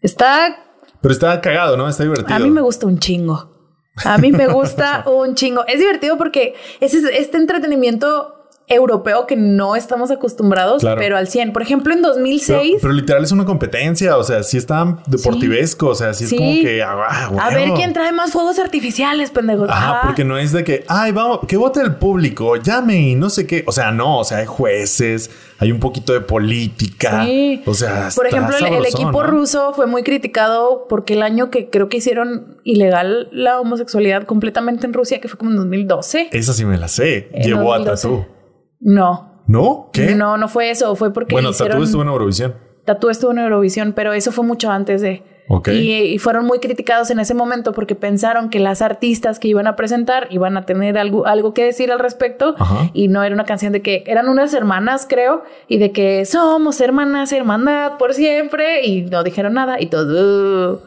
Speaker 2: Está
Speaker 1: Pero está cagado, ¿no? Está divertido.
Speaker 2: A mí me gusta un chingo. A mí me gusta un chingo. Es divertido porque ese es este entretenimiento europeo que no estamos acostumbrados,
Speaker 1: Claro.
Speaker 2: pero al 100. Por ejemplo, en
Speaker 1: Pero,
Speaker 2: 2006,
Speaker 1: pero literal es una competencia. O sea, sí está deportivesco. O sea, sí es
Speaker 2: Sí.
Speaker 1: como que. ah, ah,
Speaker 2: a ver
Speaker 1: huevo.
Speaker 2: quién trae más fuegos artificiales, pendejos.
Speaker 1: Ajá,
Speaker 2: Ajá.
Speaker 1: porque no es de que, ay, vamos, que vote el público, llame y no sé qué. O sea, no, o sea, hay jueces, hay un poquito de política.
Speaker 2: Sí.
Speaker 1: O sea,
Speaker 2: Por
Speaker 1: está
Speaker 2: ejemplo, el, el
Speaker 1: sabrosón,
Speaker 2: equipo
Speaker 1: ¿no?
Speaker 2: ruso fue muy criticado porque el año que creo que hicieron ilegal la homosexualidad completamente en Rusia, que fue como en 2012.
Speaker 1: Esa sí me la sé.
Speaker 2: En
Speaker 1: Llevó a
Speaker 2: 2012.
Speaker 1: Tatú.
Speaker 2: No.
Speaker 1: ¿No? ¿Qué?
Speaker 2: No, no fue eso. Fue porque
Speaker 1: bueno,
Speaker 2: hicieron...
Speaker 1: Tatú estuvo en Eurovisión.
Speaker 2: Tatú estuvo en Eurovisión, pero eso fue mucho antes de.
Speaker 1: Ok.
Speaker 2: Y, y fueron muy criticados en ese momento porque pensaron que las artistas que iban a presentar iban a tener algo, algo que decir al respecto
Speaker 1: Ajá.
Speaker 2: y no era una canción de que eran unas hermanas, creo, y de que somos hermanas, hermandad por siempre y no dijeron nada y todo.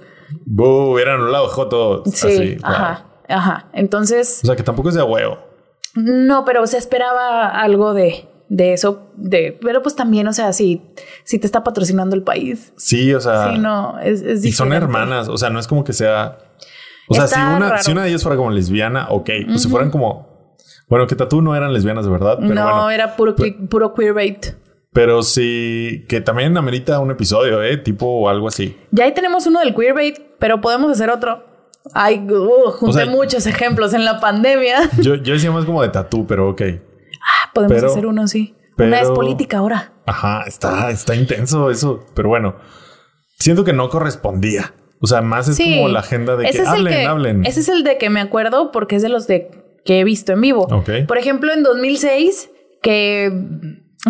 Speaker 1: Buu, eran un lado joto.
Speaker 2: Sí,
Speaker 1: así, wow.
Speaker 2: ajá, ajá. Entonces,
Speaker 1: O sea, que tampoco es de a huevo.
Speaker 2: no, pero se esperaba algo de, de eso, de, pero pues también, o sea, si, si te está patrocinando el país.
Speaker 1: Sí, o sea.
Speaker 2: Sí, no, es, es
Speaker 1: Ah. y son
Speaker 2: diferente.
Speaker 1: hermanas. O sea, no es como que sea. O sea, si
Speaker 2: Está
Speaker 1: una,
Speaker 2: raro.
Speaker 1: si una de ellas fuera como lesbiana, ok. Pues si fueran como. Bueno, que Tatú no eran lesbianas de verdad, pero
Speaker 2: no,
Speaker 1: bueno. pues
Speaker 2: era puro, cli- puro queerbait.
Speaker 1: Pero sí, que también amerita un episodio, ¿eh? Tipo algo así.
Speaker 2: Ya ahí tenemos uno del queerbait, pero podemos hacer otro. Ay, uh, junté
Speaker 1: O sea-
Speaker 2: muchos ejemplos en la pandemia. Ah,
Speaker 1: Yo, yo decía más como de tatú, pero ok.
Speaker 2: Podemos
Speaker 1: Pero-
Speaker 2: hacer uno, sí. Una
Speaker 1: pero-
Speaker 2: es política ahora.
Speaker 1: Ajá, está, está intenso eso. Pero bueno, siento que no correspondía. O sea, más es
Speaker 2: sí.
Speaker 1: como la agenda de que
Speaker 2: Ese es el
Speaker 1: hablen, hablen.
Speaker 2: Ese es el de que me acuerdo porque es de los de que he visto en vivo.
Speaker 1: Ok.
Speaker 2: Por ejemplo, en 2006, que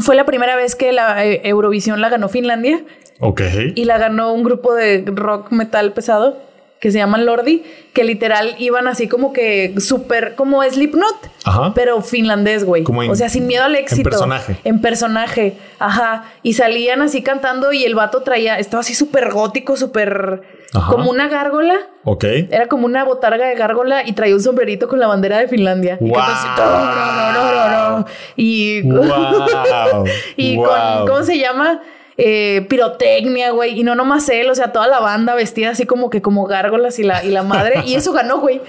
Speaker 2: fue la primera vez que la eh, Eurovisión la ganó Finlandia.
Speaker 1: Ok.
Speaker 2: y la ganó un grupo de rock metal pesado que se llaman Lordi, que literal iban así como que súper como Slipknot,
Speaker 1: Ajá.
Speaker 2: pero finlandés, güey.
Speaker 1: Como en-
Speaker 2: O sea, sin miedo al
Speaker 1: en
Speaker 2: éxito.
Speaker 1: personaje.
Speaker 2: En personaje, ajá. Y salían así cantando y el vato traía, estaba así súper gótico, súper
Speaker 1: Ajá.
Speaker 2: como una gárgola.
Speaker 1: Ok.
Speaker 2: Era como una botarga de gárgola y traía un sombrerito con la bandera de Finlandia. Y cantaba así,
Speaker 1: ¡Guau!
Speaker 2: Y
Speaker 1: Wow.
Speaker 2: y con, ¿cómo se llama? Eh, pirotecnia, güey. Y no nomás él, o sea, toda la banda vestida así como que como gárgolas y la, y la madre. Y eso ganó, güey.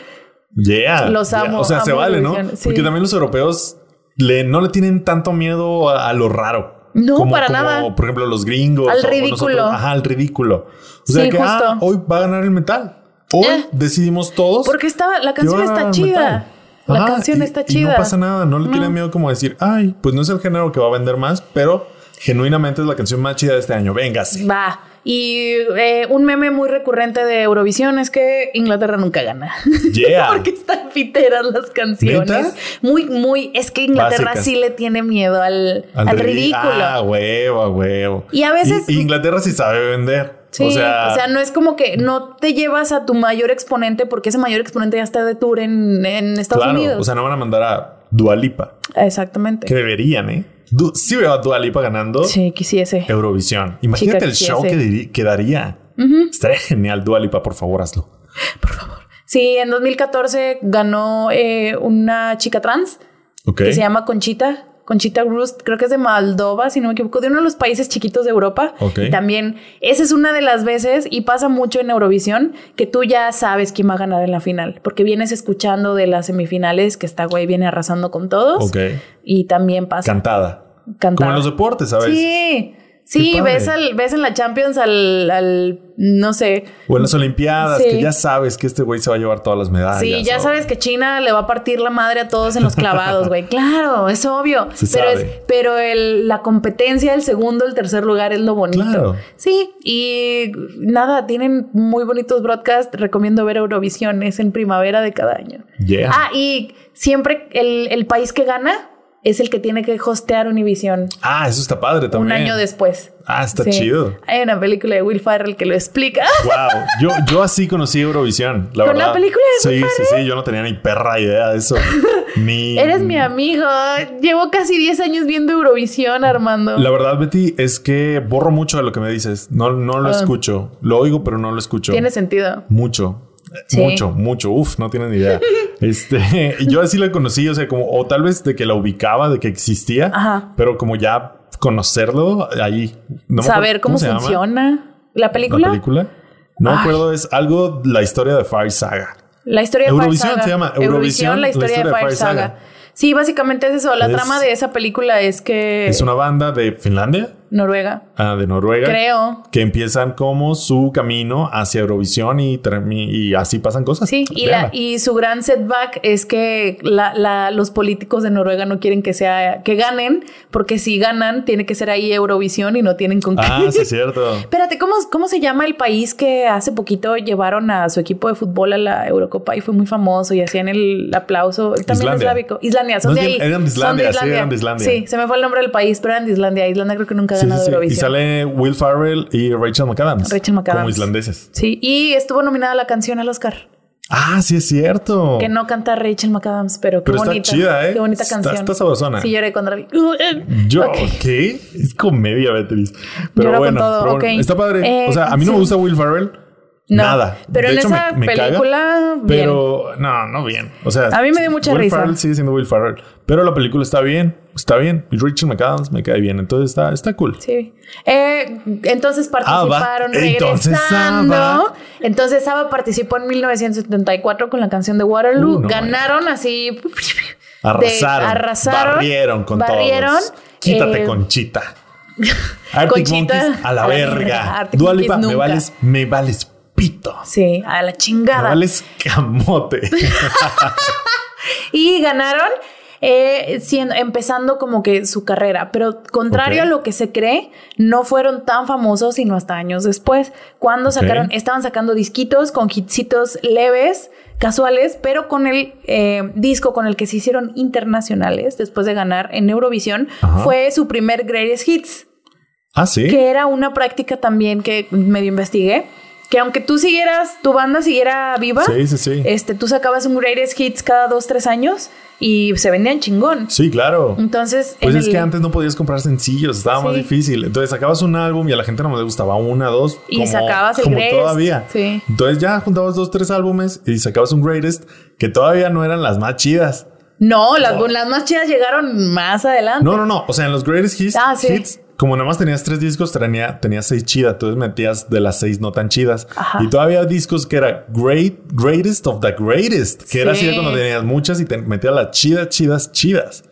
Speaker 1: Yeah.
Speaker 2: Los
Speaker 1: yeah.
Speaker 2: amo,
Speaker 1: O sea, se
Speaker 2: amo
Speaker 1: vale, ¿no?
Speaker 2: Eurovisión, sí.
Speaker 1: Porque también los europeos le, no le tienen tanto miedo a, a lo raro.
Speaker 2: No, para nada.
Speaker 1: Por ejemplo, los gringos.
Speaker 2: Al
Speaker 1: o- o
Speaker 2: ridículo.
Speaker 1: nosotros. Ajá, al ridículo. O sea
Speaker 2: Sí,
Speaker 1: que ah,
Speaker 2: justo.
Speaker 1: hoy va a ganar el metal. Hoy
Speaker 2: Eh.
Speaker 1: decidimos todos.
Speaker 2: Porque estaba, la canción
Speaker 1: que va a ganar
Speaker 2: está
Speaker 1: el
Speaker 2: chida.
Speaker 1: metal.
Speaker 2: La
Speaker 1: Ajá,
Speaker 2: canción
Speaker 1: y-
Speaker 2: está
Speaker 1: Y
Speaker 2: chida. Mm.
Speaker 1: no pasa nada. No le tienen miedo como decir, ay, pues no es el género que va a vender más, pero Genuinamente es la canción más chida de este año. Véngase.
Speaker 2: Va. Y eh, un meme muy recurrente de Eurovisión es que Inglaterra nunca gana.
Speaker 1: Yeah.
Speaker 2: Porque están piteras las canciones.
Speaker 1: Ah. ¿Neta?
Speaker 2: Muy, muy. Es que Inglaterra
Speaker 1: Básicas.
Speaker 2: sí le tiene miedo al, al,
Speaker 1: ri-
Speaker 2: ridículo.
Speaker 1: Ah, huevo, a huevo.
Speaker 2: Y a veces-
Speaker 1: Y- Inglaterra sí sabe vender.
Speaker 2: Sí, o sea, no es como que no te llevas a tu mayor exponente porque ese mayor exponente ya está de tour en, en Estados
Speaker 1: claro.
Speaker 2: Unidos.
Speaker 1: O sea, no van a mandar a Dualipa.
Speaker 2: Exactamente.
Speaker 1: Que deberían, ¿eh? Du- sí veo a Dualipa ganando
Speaker 2: Sí, quisiese.
Speaker 1: Eurovisión. Imagínate
Speaker 2: Chica,
Speaker 1: el
Speaker 2: sí,
Speaker 1: show
Speaker 2: sí.
Speaker 1: que, diri- que daría.
Speaker 2: Ujú.
Speaker 1: Estaría genial, Dualipa, por favor, hazlo.
Speaker 2: Sí, en 2014 ganó eh, una chica trans
Speaker 1: Ok.
Speaker 2: que se llama Conchita. Conchita Rust, creo que es de Moldova, si no me equivoco, de uno de los países chiquitos de Europa.
Speaker 1: Ok.
Speaker 2: Y también, esa es una de las veces, y pasa mucho en Eurovisión, que tú ya sabes quién va a ganar en la final, porque vienes escuchando de las semifinales que esta güey viene arrasando con todos.
Speaker 1: Ok.
Speaker 2: Y también pasa
Speaker 1: Cantada.
Speaker 2: cantar.
Speaker 1: Como en los deportes, ¿sabes?
Speaker 2: Sí, sí,
Speaker 1: Qué padre.
Speaker 2: ves, al, ves en la Champions al, al no sé.
Speaker 1: O en las Olimpiadas,
Speaker 2: Sí.
Speaker 1: que ya sabes que este güey se va a llevar todas las medallas.
Speaker 2: sí, ya
Speaker 1: ¿no?
Speaker 2: sabes que China le va a partir la madre a todos en los clavados, güey. Claro, es obvio.
Speaker 1: Se
Speaker 2: pero
Speaker 1: sabe.
Speaker 2: es- pero el, la competencia, el segundo, el tercer lugar es lo bonito.
Speaker 1: Claro.
Speaker 2: Sí, y nada, tienen muy bonitos broadcasts. Recomiendo ver Eurovisión, es en primavera de cada año.
Speaker 1: Yeah.
Speaker 2: Ah, y siempre el, el país que gana es el que tiene que hostear Univisión
Speaker 1: Ah, eso está padre
Speaker 2: un
Speaker 1: también.
Speaker 2: año después.
Speaker 1: Ah, está
Speaker 2: Sí.
Speaker 1: chido.
Speaker 2: Hay una película de Will Ferrell que lo explica.
Speaker 1: Wow, yo, yo así conocí Eurovisión, la
Speaker 2: ¿Con la
Speaker 1: verdad.
Speaker 2: película de
Speaker 1: Sí, sí, sí, yo no tenía ni perra idea de eso. Ni
Speaker 2: Eres mi amigo. Llevo casi 10 años viendo Eurovisión, Armando.
Speaker 1: La verdad, Betty, es que borro mucho de lo que me dices. No, no lo
Speaker 2: Ah.
Speaker 1: escucho. Lo oigo, pero no lo escucho.
Speaker 2: Tiene sentido.
Speaker 1: Mucho.
Speaker 2: Sí.
Speaker 1: Mucho, mucho. Uf, no tienen ni idea. Este, y yo así la conocí, o sea, como, o tal vez de que la ubicaba, de que existía,
Speaker 2: Ajá.
Speaker 1: pero como ya conocerlo ahí. No me
Speaker 2: Saber
Speaker 1: acuerdo-
Speaker 2: cómo,
Speaker 1: se llama?
Speaker 2: funciona la película.
Speaker 1: ¿La
Speaker 2: La,
Speaker 1: película? No me
Speaker 2: Ay.
Speaker 1: acuerdo, es algo, la historia de Fire Saga.
Speaker 2: historia
Speaker 1: Eurovisión
Speaker 2: de Fire Saga.
Speaker 1: se llama.
Speaker 2: Eurovisión, la historia, de Fire Saga. Sí, básicamente es eso. La
Speaker 1: Es-
Speaker 2: trama de esa película es que
Speaker 1: Es una banda de Finlandia,
Speaker 2: Noruega,
Speaker 1: ah, de Noruega,
Speaker 2: creo.
Speaker 1: que empiezan como su camino hacia Eurovisión y, termi- y así pasan cosas.
Speaker 2: Sí, y, la,
Speaker 1: Véanla.
Speaker 2: y su gran setback es que la- la- los políticos de Noruega no quieren que sea que ganen, porque si ganan tiene que ser ahí Eurovisión y no tienen con qué.
Speaker 1: Ah, sí, es cierto.
Speaker 2: Espérate, ¿cómo, ¿cómo se llama el país que hace poquito llevaron a su equipo de fútbol a la Eurocopa y fue muy famoso y hacían el aplauso? También
Speaker 1: Islandia.
Speaker 2: eslávico. Islandia, son
Speaker 1: No,
Speaker 2: de
Speaker 1: es
Speaker 2: ahí.
Speaker 1: bien- eran de
Speaker 2: Son
Speaker 1: Islandia, sí, eran de Islandia.
Speaker 2: Sí, se me fue el nombre del país, pero eran de Islandia. Islandia creo que nunca ha
Speaker 1: Sí, sí,
Speaker 2: ganado
Speaker 1: sí. Y
Speaker 2: Eurovisión.
Speaker 1: sale Will Farrell y Rachel McAdams.
Speaker 2: Rachel McAdams.
Speaker 1: Como islandeses.
Speaker 2: Sí, y estuvo nominada la canción al Oscar.
Speaker 1: Ah, sí, es cierto.
Speaker 2: Que no canta Rachel McAdams, pero qué
Speaker 1: Oh. Pero está
Speaker 2: bonita.
Speaker 1: chida, ¿eh?
Speaker 2: Qué bonita
Speaker 1: Está-
Speaker 2: canción.
Speaker 1: está sabrosona.
Speaker 2: Sí, lloré cuando la vi.
Speaker 1: Yo,
Speaker 2: Ok.
Speaker 1: ¿qué? Es comedia, Beatriz. Pero
Speaker 2: Lloro con
Speaker 1: bueno,
Speaker 2: todo,
Speaker 1: pero bueno,
Speaker 2: ok.
Speaker 1: está padre.
Speaker 2: Eh,
Speaker 1: o sea, a mí no
Speaker 2: sí.
Speaker 1: me gusta Will Farrell.
Speaker 2: No,
Speaker 1: nada.
Speaker 2: Pero
Speaker 1: De
Speaker 2: en
Speaker 1: hecho,
Speaker 2: esa
Speaker 1: me- me caga.
Speaker 2: película, bien.
Speaker 1: Pero no, no bien. O sea,
Speaker 2: A mí me dio mucha
Speaker 1: Will
Speaker 2: risa.
Speaker 1: Farrell sigue siendo Will Farrell, pero la película está bien, está bien. Y Richard McAdams me cae bien, entonces está, está cool.
Speaker 2: Sí. Eh, entonces participaron
Speaker 1: Abba. Entonces,
Speaker 2: regresando.
Speaker 1: Abba.
Speaker 2: Entonces Saba participó en 1974 con la canción de Waterloo.
Speaker 1: Uh, no,
Speaker 2: ganaron así.
Speaker 1: Arrasaron,
Speaker 2: de- arrasaron,
Speaker 1: barrieron con
Speaker 2: barrieron,
Speaker 1: todos. Quítate
Speaker 2: eh,
Speaker 1: Conchita. Arctic
Speaker 2: Conchita,
Speaker 1: Monkeys a la
Speaker 2: a la verga.
Speaker 1: verga.
Speaker 2: Arctic
Speaker 1: Dualipa,
Speaker 2: Monkeys
Speaker 1: me
Speaker 2: nunca.
Speaker 1: vales, me vales pito.
Speaker 2: Sí, a la
Speaker 1: Me
Speaker 2: chingada.
Speaker 1: vales camote.
Speaker 2: Y ganaron eh, siendo- empezando como que su carrera, pero
Speaker 1: Ok.
Speaker 2: contrario a lo que se cree, no fueron tan famosos sino hasta años después, cuando
Speaker 1: Ok.
Speaker 2: sacaron, estaban sacando disquitos con hitsitos leves, casuales, pero con el eh, disco con el que se hicieron internacionales después de ganar en Eurovisión,
Speaker 1: Ajá.
Speaker 2: fue su primer Greatest Hits
Speaker 1: ah, sí.
Speaker 2: que era una práctica también que medio investigué, que aunque tú siguieras, tu banda siguiera viva,
Speaker 1: Sí, sí, sí.
Speaker 2: este, tú sacabas un Greatest Hits cada dos, tres años y se vendían chingón.
Speaker 1: Sí, claro.
Speaker 2: Entonces,
Speaker 1: Pues
Speaker 2: en
Speaker 1: es
Speaker 2: el-
Speaker 1: que antes no podías comprar sencillos, estaba más
Speaker 2: Sí.
Speaker 1: difícil. Entonces sacabas un álbum y a la gente no me gustaba una, dos.
Speaker 2: Y sacabas el
Speaker 1: como
Speaker 2: greatest.
Speaker 1: todavía.
Speaker 2: Sí.
Speaker 1: Entonces ya juntabas dos, tres álbumes y sacabas un greatest que todavía no eran las más chidas.
Speaker 2: no, las,
Speaker 1: No.
Speaker 2: las más chidas llegaron más adelante.
Speaker 1: No, no, no. O sea, en los greatest hits,
Speaker 2: Ah, sí.
Speaker 1: hits, como nada más tenías tres discos, tenía- tenías seis chidas. Entonces metías de las seis no tan chidas.
Speaker 2: Ajá.
Speaker 1: Y todavía había discos que era great, greatest of the greatest, que era así de
Speaker 2: Sí.
Speaker 1: cuando tenías muchas y te metías las chidas, chidas, chidas.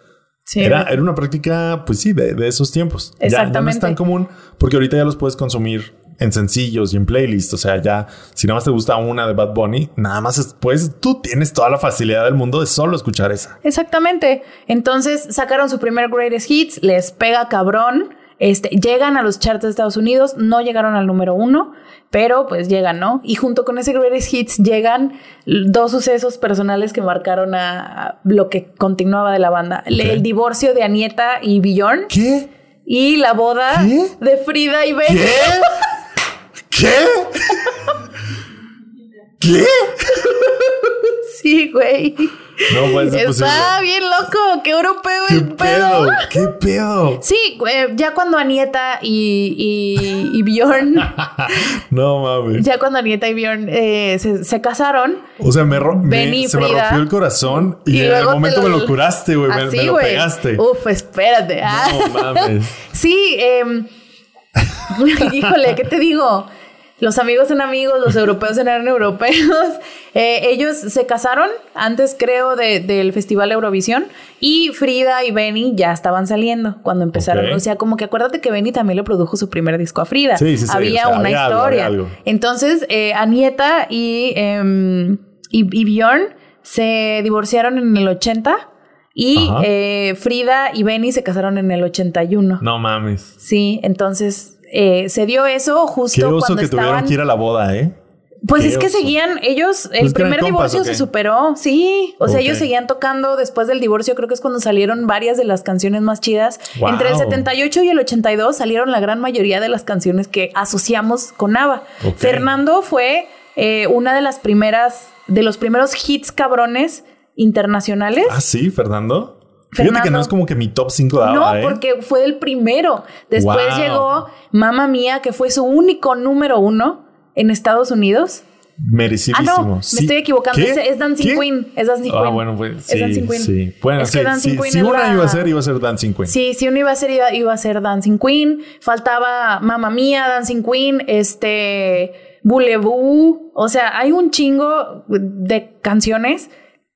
Speaker 2: Sí.
Speaker 1: Era, era una práctica, pues sí, de, de esos tiempos. Ya- Ya, no es
Speaker 2: Exactamente.
Speaker 1: tan común porque ahorita ya los puedes consumir en sencillos y en playlists. O sea, ya si nada más te gusta una de Bad Bunny, nada más es- pues tú tienes toda la facilidad del mundo de solo escuchar esa.
Speaker 2: Exactamente. Entonces sacaron su primer Greatest Hits, les pega cabrón. Este, llegan a los charts de Estados Unidos, no llegaron al número uno, pero pues llegan, ¿no? Y junto con ese Greatest Hits llegan dos sucesos personales que marcaron a, a lo que continuaba de la banda. El, el divorcio de Anieta y Bjorn.
Speaker 1: ¿Qué?
Speaker 2: Y la boda
Speaker 1: ¿Qué?
Speaker 2: de Frida y Ben.
Speaker 1: ¿Qué? ¿Qué? ¿Qué?
Speaker 2: Sí, güey.
Speaker 1: No pues, puede ser posible.
Speaker 2: Está bien loco, qué europeo
Speaker 1: ¿Qué
Speaker 2: el pedo.
Speaker 1: pedo? ¿Qué pedo?
Speaker 2: Sí, güey, ya cuando Anieta y, y, y Bjorn,
Speaker 1: No mames.
Speaker 2: ya cuando Anieta y Bjorn eh, se, se casaron,
Speaker 1: O sea, me, ro- me-
Speaker 2: Ven y
Speaker 1: se me
Speaker 2: Frida.
Speaker 1: rompió el corazón
Speaker 2: Y
Speaker 1: y, en el
Speaker 2: luego te
Speaker 1: momento
Speaker 2: lo-
Speaker 1: me lo curaste, güey. Me,
Speaker 2: así,
Speaker 1: me lo
Speaker 2: güey.
Speaker 1: pegaste.
Speaker 2: Uf, espérate. ah.
Speaker 1: No mames.
Speaker 2: Sí, em, híjole, ¿qué te digo? Los amigos eran amigos, los europeos eran europeos. Eh, ellos se casaron antes, creo, de- del Festival Eurovisión y Frida y Benny ya estaban saliendo cuando empezaron.
Speaker 1: Ok.
Speaker 2: O sea, como que acuérdate que Benny también le produjo su primer disco a Frida.
Speaker 1: Sí, sí, sí,
Speaker 2: Había
Speaker 1: o sea,
Speaker 2: una
Speaker 1: había algo,
Speaker 2: historia.
Speaker 1: había algo.
Speaker 2: Entonces, eh, Anieta y, em, y, y Bjorn se divorciaron en el 80 y
Speaker 1: Ajá.
Speaker 2: eh, Frida y Benny se casaron en el 81.
Speaker 1: No mames.
Speaker 2: Sí, entonces eh, se dio eso justo
Speaker 1: Qué oso
Speaker 2: cuando
Speaker 1: que
Speaker 2: estaban.
Speaker 1: tuvieron que ir a la boda, ¿eh?
Speaker 2: pues
Speaker 1: qué
Speaker 2: es que
Speaker 1: oso.
Speaker 2: seguían ellos. El
Speaker 1: Pues que eran
Speaker 2: primer
Speaker 1: compas,
Speaker 2: divorcio
Speaker 1: ¿o qué?
Speaker 2: se superó, sí. O sea,
Speaker 1: Ok.
Speaker 2: ellos seguían tocando después del divorcio. Creo que es cuando salieron varias de las canciones más chidas.
Speaker 1: Wow.
Speaker 2: Entre el 78 y el 82 salieron la gran mayoría de las canciones que asociamos con ABBA.
Speaker 1: Ok.
Speaker 2: Fernando fue eh, una de las primeras, de los primeros hits cabrones internacionales.
Speaker 1: Ah, sí, Fernando. Fíjate que
Speaker 2: Fernando.
Speaker 1: no es como que mi top 5 de
Speaker 2: No,
Speaker 1: ABBA, ¿eh?
Speaker 2: porque fue el primero. Después
Speaker 1: Wow.
Speaker 2: llegó Mamma Mía, que fue su único número uno en Estados Unidos.
Speaker 1: Merecidísimo.
Speaker 2: Ah, no, me
Speaker 1: Sí.
Speaker 2: estoy equivocando.
Speaker 1: ¿Qué?
Speaker 2: Es, es Dancing
Speaker 1: ¿Qué?
Speaker 2: Queen. Es Dancing
Speaker 1: Ah,
Speaker 2: Queen.
Speaker 1: bueno, pues
Speaker 2: Es
Speaker 1: sí,
Speaker 2: Dancing Queen.
Speaker 1: sí. Bueno,
Speaker 2: Es
Speaker 1: sí,
Speaker 2: que Dancing
Speaker 1: sí,
Speaker 2: Queen
Speaker 1: si
Speaker 2: es
Speaker 1: una
Speaker 2: la-
Speaker 1: iba a ser, iba a ser Dancing Queen.
Speaker 2: Sí, si uno iba a ser, iba, iba a ser Dancing Queen. Faltaba Mamma Mía, Dancing Queen, este. Boulevou. O sea, hay un chingo de canciones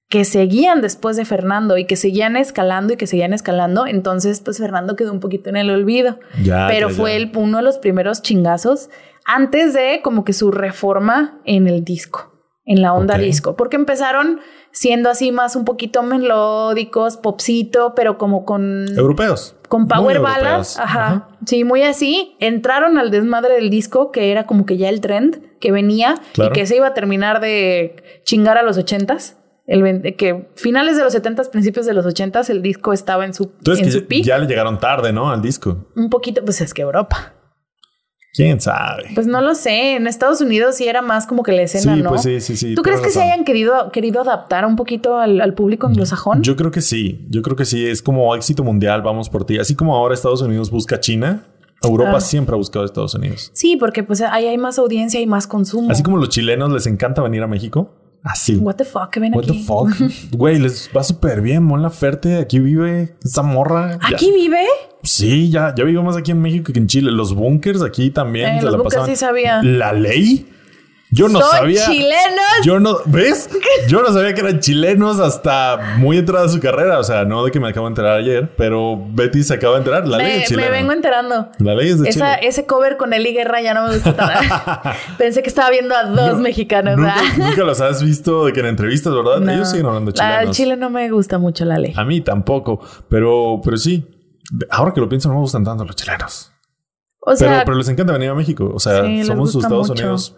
Speaker 2: que seguían después de Fernando y que seguían escalando y que seguían escalando. Entonces, pues Fernando quedó un poquito en el olvido.
Speaker 1: Ya,
Speaker 2: pero
Speaker 1: Ah, ya, ya.
Speaker 2: fue el- uno de los primeros chingazos antes de como que su reforma en el disco, en la onda
Speaker 1: Ok.
Speaker 2: disco, porque empezaron siendo así más un poquito melódicos, popcito, pero como con
Speaker 1: Europeos.
Speaker 2: con power
Speaker 1: Muy
Speaker 2: ballads,
Speaker 1: europeos.
Speaker 2: ajá. Sí, muy así. Entraron al desmadre del disco, que era como que ya el trend que venía
Speaker 1: Claro.
Speaker 2: y que se iba a terminar de chingar a los ochentas. El ven- que finales de los setentas, principios de los ochentas, el disco estaba en su, en
Speaker 1: Entonces
Speaker 2: su
Speaker 1: que
Speaker 2: peak.
Speaker 1: ya, ya le llegaron tarde, ¿no? Al disco.
Speaker 2: Un poquito, pues es que Europa.
Speaker 1: ¿Quién sabe?
Speaker 2: Pues no lo sé. En Estados Unidos sí era más como que la escena,
Speaker 1: sí,
Speaker 2: ¿no?
Speaker 1: pues sí, sí, sí.
Speaker 2: ¿Tú
Speaker 1: tienes
Speaker 2: crees que se
Speaker 1: razón. Mm,
Speaker 2: hayan querido, querido adaptar un poquito al, al público anglosajón?
Speaker 1: Yo creo que sí, yo creo que sí, es como éxito mundial, vamos por ti. Así como ahora Estados Unidos busca a China, Europa
Speaker 2: Claro.
Speaker 1: siempre ha buscado a Estados Unidos.
Speaker 2: Sí, porque pues ahí hay más audiencia y más consumo.
Speaker 1: Así como los chilenos les encanta venir a México, así.
Speaker 2: What the fuck, ¿Qué ven
Speaker 1: What the
Speaker 2: aquí.
Speaker 1: fuck? Güey, les va súper bien. Mon Laferte, aquí vive esa morra. Ya-
Speaker 2: ¿Aquí vive?
Speaker 1: Sí, ya, ya vivo más aquí en México que en Chile. Los bunkers aquí también
Speaker 2: Eh,
Speaker 1: se
Speaker 2: los
Speaker 1: la
Speaker 2: bunkers
Speaker 1: pasaban.
Speaker 2: sí sabía.
Speaker 1: La ley. Yo no
Speaker 2: Son
Speaker 1: sabía.
Speaker 2: chilenos.
Speaker 1: Yo no, ¿ves? Yo no sabía que eran chilenos hasta muy entrada su carrera. O sea, no de que me acabo de enterar ayer, pero Betty se acaba de enterar. La ley
Speaker 2: me,
Speaker 1: es
Speaker 2: me
Speaker 1: chilena.
Speaker 2: vengo enterando.
Speaker 1: La ley es de
Speaker 2: Esa-
Speaker 1: Chile.
Speaker 2: ese cover con Eli Guerra ya no me gusta tanto. Pensé que estaba viendo a dos
Speaker 1: No,
Speaker 2: mexicanos.
Speaker 1: Nunca,
Speaker 2: ¿verdad?
Speaker 1: nunca los has visto de que en entrevistas, ¿verdad?
Speaker 2: No.
Speaker 1: Ellos siguen hablando
Speaker 2: Ah,
Speaker 1: chilenos. Ah,
Speaker 2: Al Chile no me gusta mucho la ley.
Speaker 1: A mí tampoco, pero, pero sí. Ahora que lo pienso, no me gustan tanto los chilenos.
Speaker 2: O
Speaker 1: pero,
Speaker 2: sea,
Speaker 1: pero les encanta venir a México. O sea,
Speaker 2: Sí, les
Speaker 1: somos sus
Speaker 2: gusta
Speaker 1: Estados
Speaker 2: mucho.
Speaker 1: Unidos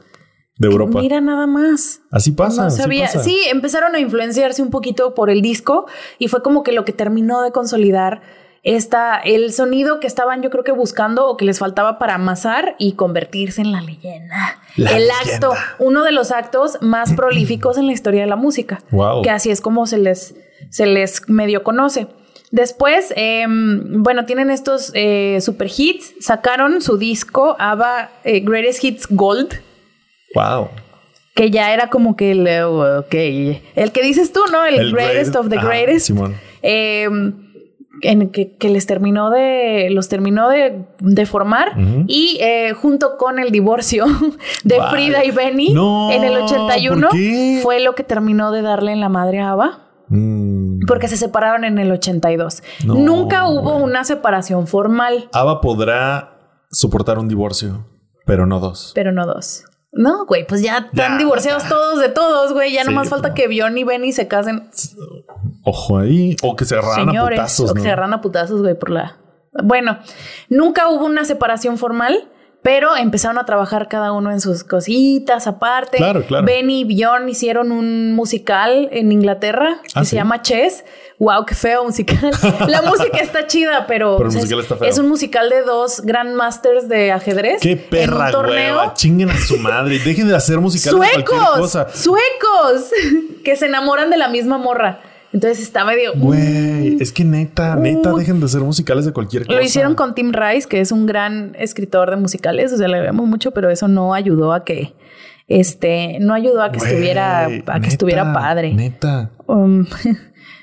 Speaker 1: de Europa.
Speaker 2: mira nada más.
Speaker 1: así pasa.
Speaker 2: no
Speaker 1: así
Speaker 2: sabía.
Speaker 1: pasa.
Speaker 2: Sí, empezaron a influenciarse un poquito por el disco y fue como que lo que terminó de consolidar esta, el sonido que estaban yo creo que buscando o que les faltaba para amasar y convertirse en la leyenda.
Speaker 1: La
Speaker 2: el
Speaker 1: leyenda.
Speaker 2: acto, uno de los actos más prolíficos en la historia de la música.
Speaker 1: Wow.
Speaker 2: Que así es como se les, se les medio conoce. Después, em, bueno, tienen estos eh, super hits. Sacaron su disco ABBA eh, Greatest Hits Gold
Speaker 1: Wow.
Speaker 2: que ya era como que el, eh, ok, el que dices tú, ¿no? El, greatest
Speaker 1: great-
Speaker 2: of the
Speaker 1: Ajá,
Speaker 2: greatest.
Speaker 1: Simón.
Speaker 2: Eh, en que, que les terminó de los terminó de, de formar
Speaker 1: Ujú.
Speaker 2: y eh, junto con el divorcio de
Speaker 1: Vaya.
Speaker 2: Frida y Benny
Speaker 1: No,
Speaker 2: en el 81
Speaker 1: ¿por qué?
Speaker 2: fue lo que terminó de darle en la madre a Ava
Speaker 1: Mm.
Speaker 2: porque se separaron en el 82
Speaker 1: No,
Speaker 2: nunca hubo
Speaker 1: güey.
Speaker 2: una separación formal
Speaker 1: Ava podrá soportar un divorcio, pero no dos.
Speaker 2: pero no dos no, güey, pues ya están
Speaker 1: Ya.
Speaker 2: divorciados todos de todos, güey. Ya
Speaker 1: Sí,
Speaker 2: nomás falta
Speaker 1: no.
Speaker 2: que Bjorn y Benny se casen.
Speaker 1: Ojo ahí. O que se agarraran a
Speaker 2: señores
Speaker 1: putazos.
Speaker 2: o que
Speaker 1: ¿no?
Speaker 2: se agarran a putazos, güey, por la Bueno, nunca hubo una separación formal, pero empezaron a trabajar cada uno en sus cositas aparte.
Speaker 1: Claro, claro.
Speaker 2: Ben y Bjorn hicieron un musical en Inglaterra que
Speaker 1: Ah,
Speaker 2: se
Speaker 1: ¿sí?
Speaker 2: llama Chess. Wow, qué feo musical. La música está chida, pero,
Speaker 1: Pero el
Speaker 2: o sea,
Speaker 1: musical
Speaker 2: es,
Speaker 1: está feo.
Speaker 2: es un musical de dos grandmasters de ajedrez.
Speaker 1: Qué
Speaker 2: en un
Speaker 1: perra
Speaker 2: torneo
Speaker 1: hueva. Chinguen a su madre. y Dejen de hacer musicales de cualquier
Speaker 2: suecos,
Speaker 1: cosa.
Speaker 2: suecos que se enamoran de la misma morra. Entonces está medio.
Speaker 1: Güey, es que neta, neta,
Speaker 2: Uy.
Speaker 1: dejen de hacer musicales de cualquier cosa.
Speaker 2: Uh. Lo hicieron con Tim Rice, que es un gran escritor de musicales, o sea, le vemos mucho, pero eso no ayudó a que este no ayudó a que
Speaker 1: Güey,
Speaker 2: estuviera a
Speaker 1: neta,
Speaker 2: que estuviera padre.
Speaker 1: Neta.
Speaker 2: Um,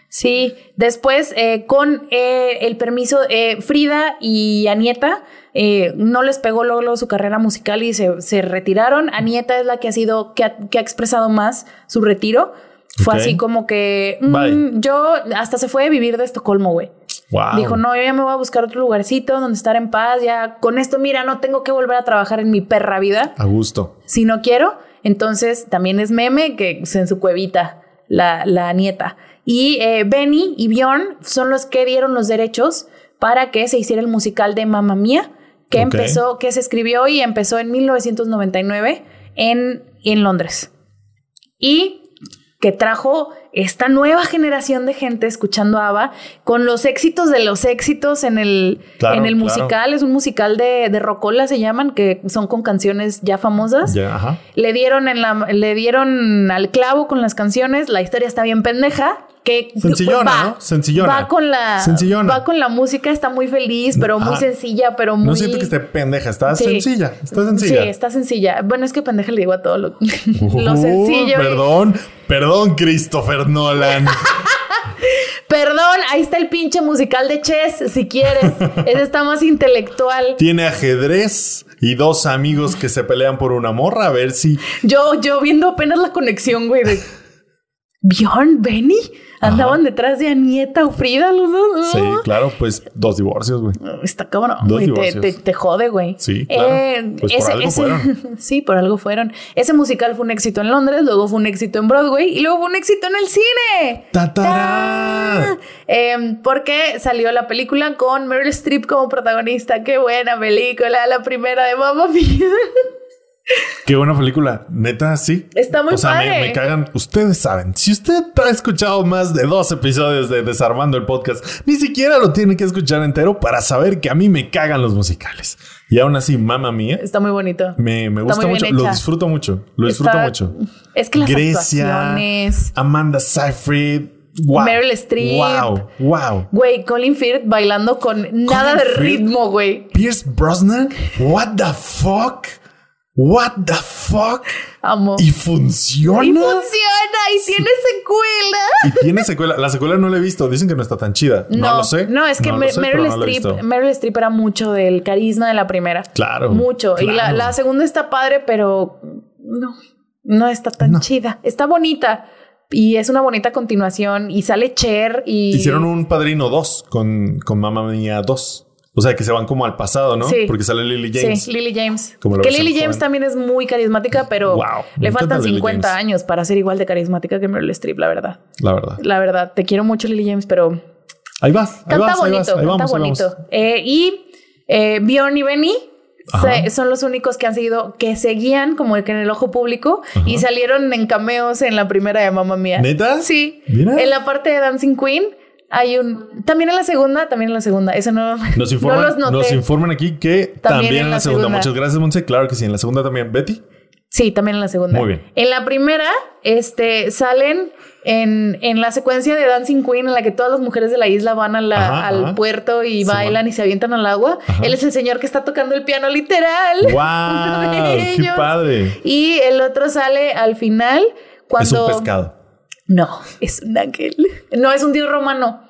Speaker 2: sí, después eh, con eh, el permiso, eh, Frida y Anieta eh, no les pegó luego, luego su carrera musical y se, se retiraron. Anieta es la que ha sido, que ha, que ha expresado más su retiro. Fue
Speaker 1: Ok.
Speaker 2: así como que mm,
Speaker 1: Bye.
Speaker 2: yo hasta se fue a vivir de Estocolmo, güey.
Speaker 1: Wow.
Speaker 2: Dijo, no, yo ya me voy a buscar otro lugarcito donde estar en paz, ya con esto, mira, no tengo que volver a trabajar en mi perra vida
Speaker 1: A gusto.
Speaker 2: si no quiero, entonces también es meme que es en su cuevita, la, la nieta. Y eh, Benny y Bjorn son los que dieron los derechos para que se hiciera el musical de Mamma Mía, que
Speaker 1: Ok.
Speaker 2: empezó, que se escribió y empezó en 1999 en, en Londres. Y que trajo esta nueva generación de gente escuchando ABBA con los éxitos de los éxitos en el,
Speaker 1: Claro,
Speaker 2: en el
Speaker 1: claro.
Speaker 2: musical. Es un musical de, de rocola, se llaman, que son con canciones ya famosas.
Speaker 1: Ya, ajá.
Speaker 2: Le dieron, en la, le dieron al clavo con las canciones. La historia está bien pendeja. Que
Speaker 1: Sencillona,
Speaker 2: va,
Speaker 1: ¿no? Sencillona.
Speaker 2: Va con, la,
Speaker 1: Sencillona.
Speaker 2: va con la música, está muy feliz, pero muy
Speaker 1: Ah.
Speaker 2: sencilla, pero muy...
Speaker 1: No siento que esté pendeja, está
Speaker 2: Sí.
Speaker 1: sencilla, está
Speaker 2: Sí,
Speaker 1: sencilla.
Speaker 2: está sencilla. Bueno, es que pendeja le digo a todo lo, lo
Speaker 1: Uh,
Speaker 2: sencillo. y-
Speaker 1: Perdón, perdón, Christopher Nolan.
Speaker 2: Perdón, ahí está el pinche musical de Chess, si quieres. Ese está más intelectual.
Speaker 1: Tiene ajedrez y dos amigos que se pelean por una morra. A ver si.
Speaker 2: Yo, yo viendo apenas la conexión, güey, de Bjorn, Benny, andaban detrás de Anieta o Frida, los dos.
Speaker 1: Sí, claro, pues dos divorcios, güey.
Speaker 2: Está cabrón,
Speaker 1: Dos
Speaker 2: güey, te,
Speaker 1: divorcios.
Speaker 2: te- te jode, güey. Eh,
Speaker 1: Sí, claro. Pues por algo fueron.
Speaker 2: sí, por algo fueron. Ese musical fue un éxito en Londres, luego fue un éxito en Broadway y luego fue un éxito en el cine.
Speaker 1: ¡Tatará!
Speaker 2: Em, porque salió la película con Meryl Streep como protagonista. Qué buena película, la primera de Mamma Mía.
Speaker 1: Qué buena película. Neta, sí.
Speaker 2: Está muy
Speaker 1: O sea, me,
Speaker 2: padre.
Speaker 1: me cagan. Ustedes saben, si usted ha escuchado más de dos episodios de Desarmando el Podcast, ni siquiera lo tiene que escuchar entero para saber que a mí me cagan los musicales. Y aún así, mamá mía,
Speaker 2: Está muy bonito.
Speaker 1: me, me
Speaker 2: Está
Speaker 1: gusta
Speaker 2: muy
Speaker 1: mucho.
Speaker 2: bien
Speaker 1: Lo
Speaker 2: hecha.
Speaker 1: disfruto mucho. Lo disfruto
Speaker 2: Está-
Speaker 1: mucho.
Speaker 2: Es que las
Speaker 1: Grecia,
Speaker 2: actuaciones.
Speaker 1: Amanda Seyfried. Wow.
Speaker 2: Meryl Streep.
Speaker 1: Wow. Wow.
Speaker 2: Güey, Colin Firth bailando con nada de
Speaker 1: Firth.
Speaker 2: ritmo, güey.
Speaker 1: Pierce Brosnan. What the fuck? What the fuck?
Speaker 2: Amo.
Speaker 1: Y funciona.
Speaker 2: Y funciona y tiene secuela.
Speaker 1: Y tiene secuela. La secuela no la he visto. Dicen que no está tan chida. No, lo sé.
Speaker 2: No, es que
Speaker 1: lo
Speaker 2: Mer-
Speaker 1: sé, pero
Speaker 2: Meryl,
Speaker 1: no la he
Speaker 2: Streep,
Speaker 1: visto.
Speaker 2: Meryl Streep era mucho del carisma de la primera.
Speaker 1: Claro.
Speaker 2: Mucho. Y la,
Speaker 1: claro.
Speaker 2: la segunda está padre, pero no, no está tan
Speaker 1: No.
Speaker 2: chida. Está bonita. Y es una bonita continuación. Y sale Cher y.
Speaker 1: Hicieron un Padrino 2 con, con Mamma Mía 2. O sea, que se van como al pasado, ¿no?
Speaker 2: Sí.
Speaker 1: Porque sale Lily James.
Speaker 2: Sí, Lily James.
Speaker 1: Como la
Speaker 2: Que
Speaker 1: versión
Speaker 2: Lily James
Speaker 1: joven.
Speaker 2: también es muy carismática, pero
Speaker 1: Wow, me
Speaker 2: le faltan
Speaker 1: encanta Lily
Speaker 2: 50
Speaker 1: James.
Speaker 2: años para ser igual de carismática que Meryl Streep, la verdad.
Speaker 1: La verdad.
Speaker 2: La verdad, te quiero mucho, Lily James, pero
Speaker 1: Ahí vas. Ahí
Speaker 2: canta
Speaker 1: vas, ahí
Speaker 2: bonito,
Speaker 1: vas, ahí
Speaker 2: canta
Speaker 1: vamos, ahí vamos.
Speaker 2: bonito. Eh, y eh, Bjorn y Benny
Speaker 1: Ajá.
Speaker 2: se- son los únicos que han seguido, que seguían como que en el ojo público y salieron en cameos en la primera de Mamma Mía.
Speaker 1: ¿Neta?
Speaker 2: Sí.
Speaker 1: Mira.
Speaker 2: En la parte de Dancing Queen hay un. También en la segunda, también en la segunda. Eso no.
Speaker 1: Nos informan,
Speaker 2: no los noté.
Speaker 1: nos informan aquí que también, en la segunda. Muchas gracias, Monse. Claro que sí, en la segunda también. Betty.
Speaker 2: Sí, también en la segunda.
Speaker 1: Muy bien.
Speaker 2: En la primera, este, salen en, en la secuencia de Dancing Queen, en la que todas las mujeres de la isla van a la-
Speaker 1: Ajá,
Speaker 2: al
Speaker 1: ajá.
Speaker 2: puerto y
Speaker 1: Sí,
Speaker 2: bailan
Speaker 1: bueno.
Speaker 2: y se avientan al agua.
Speaker 1: Ajá.
Speaker 2: Él es el señor que está tocando el piano literal. Uno
Speaker 1: ¡Wow!
Speaker 2: de
Speaker 1: ¡Qué
Speaker 2: ellos.
Speaker 1: padre!
Speaker 2: Y el otro sale al final cuando...
Speaker 1: Es un pescado.
Speaker 2: No, es un ángel. No, es un dios romano.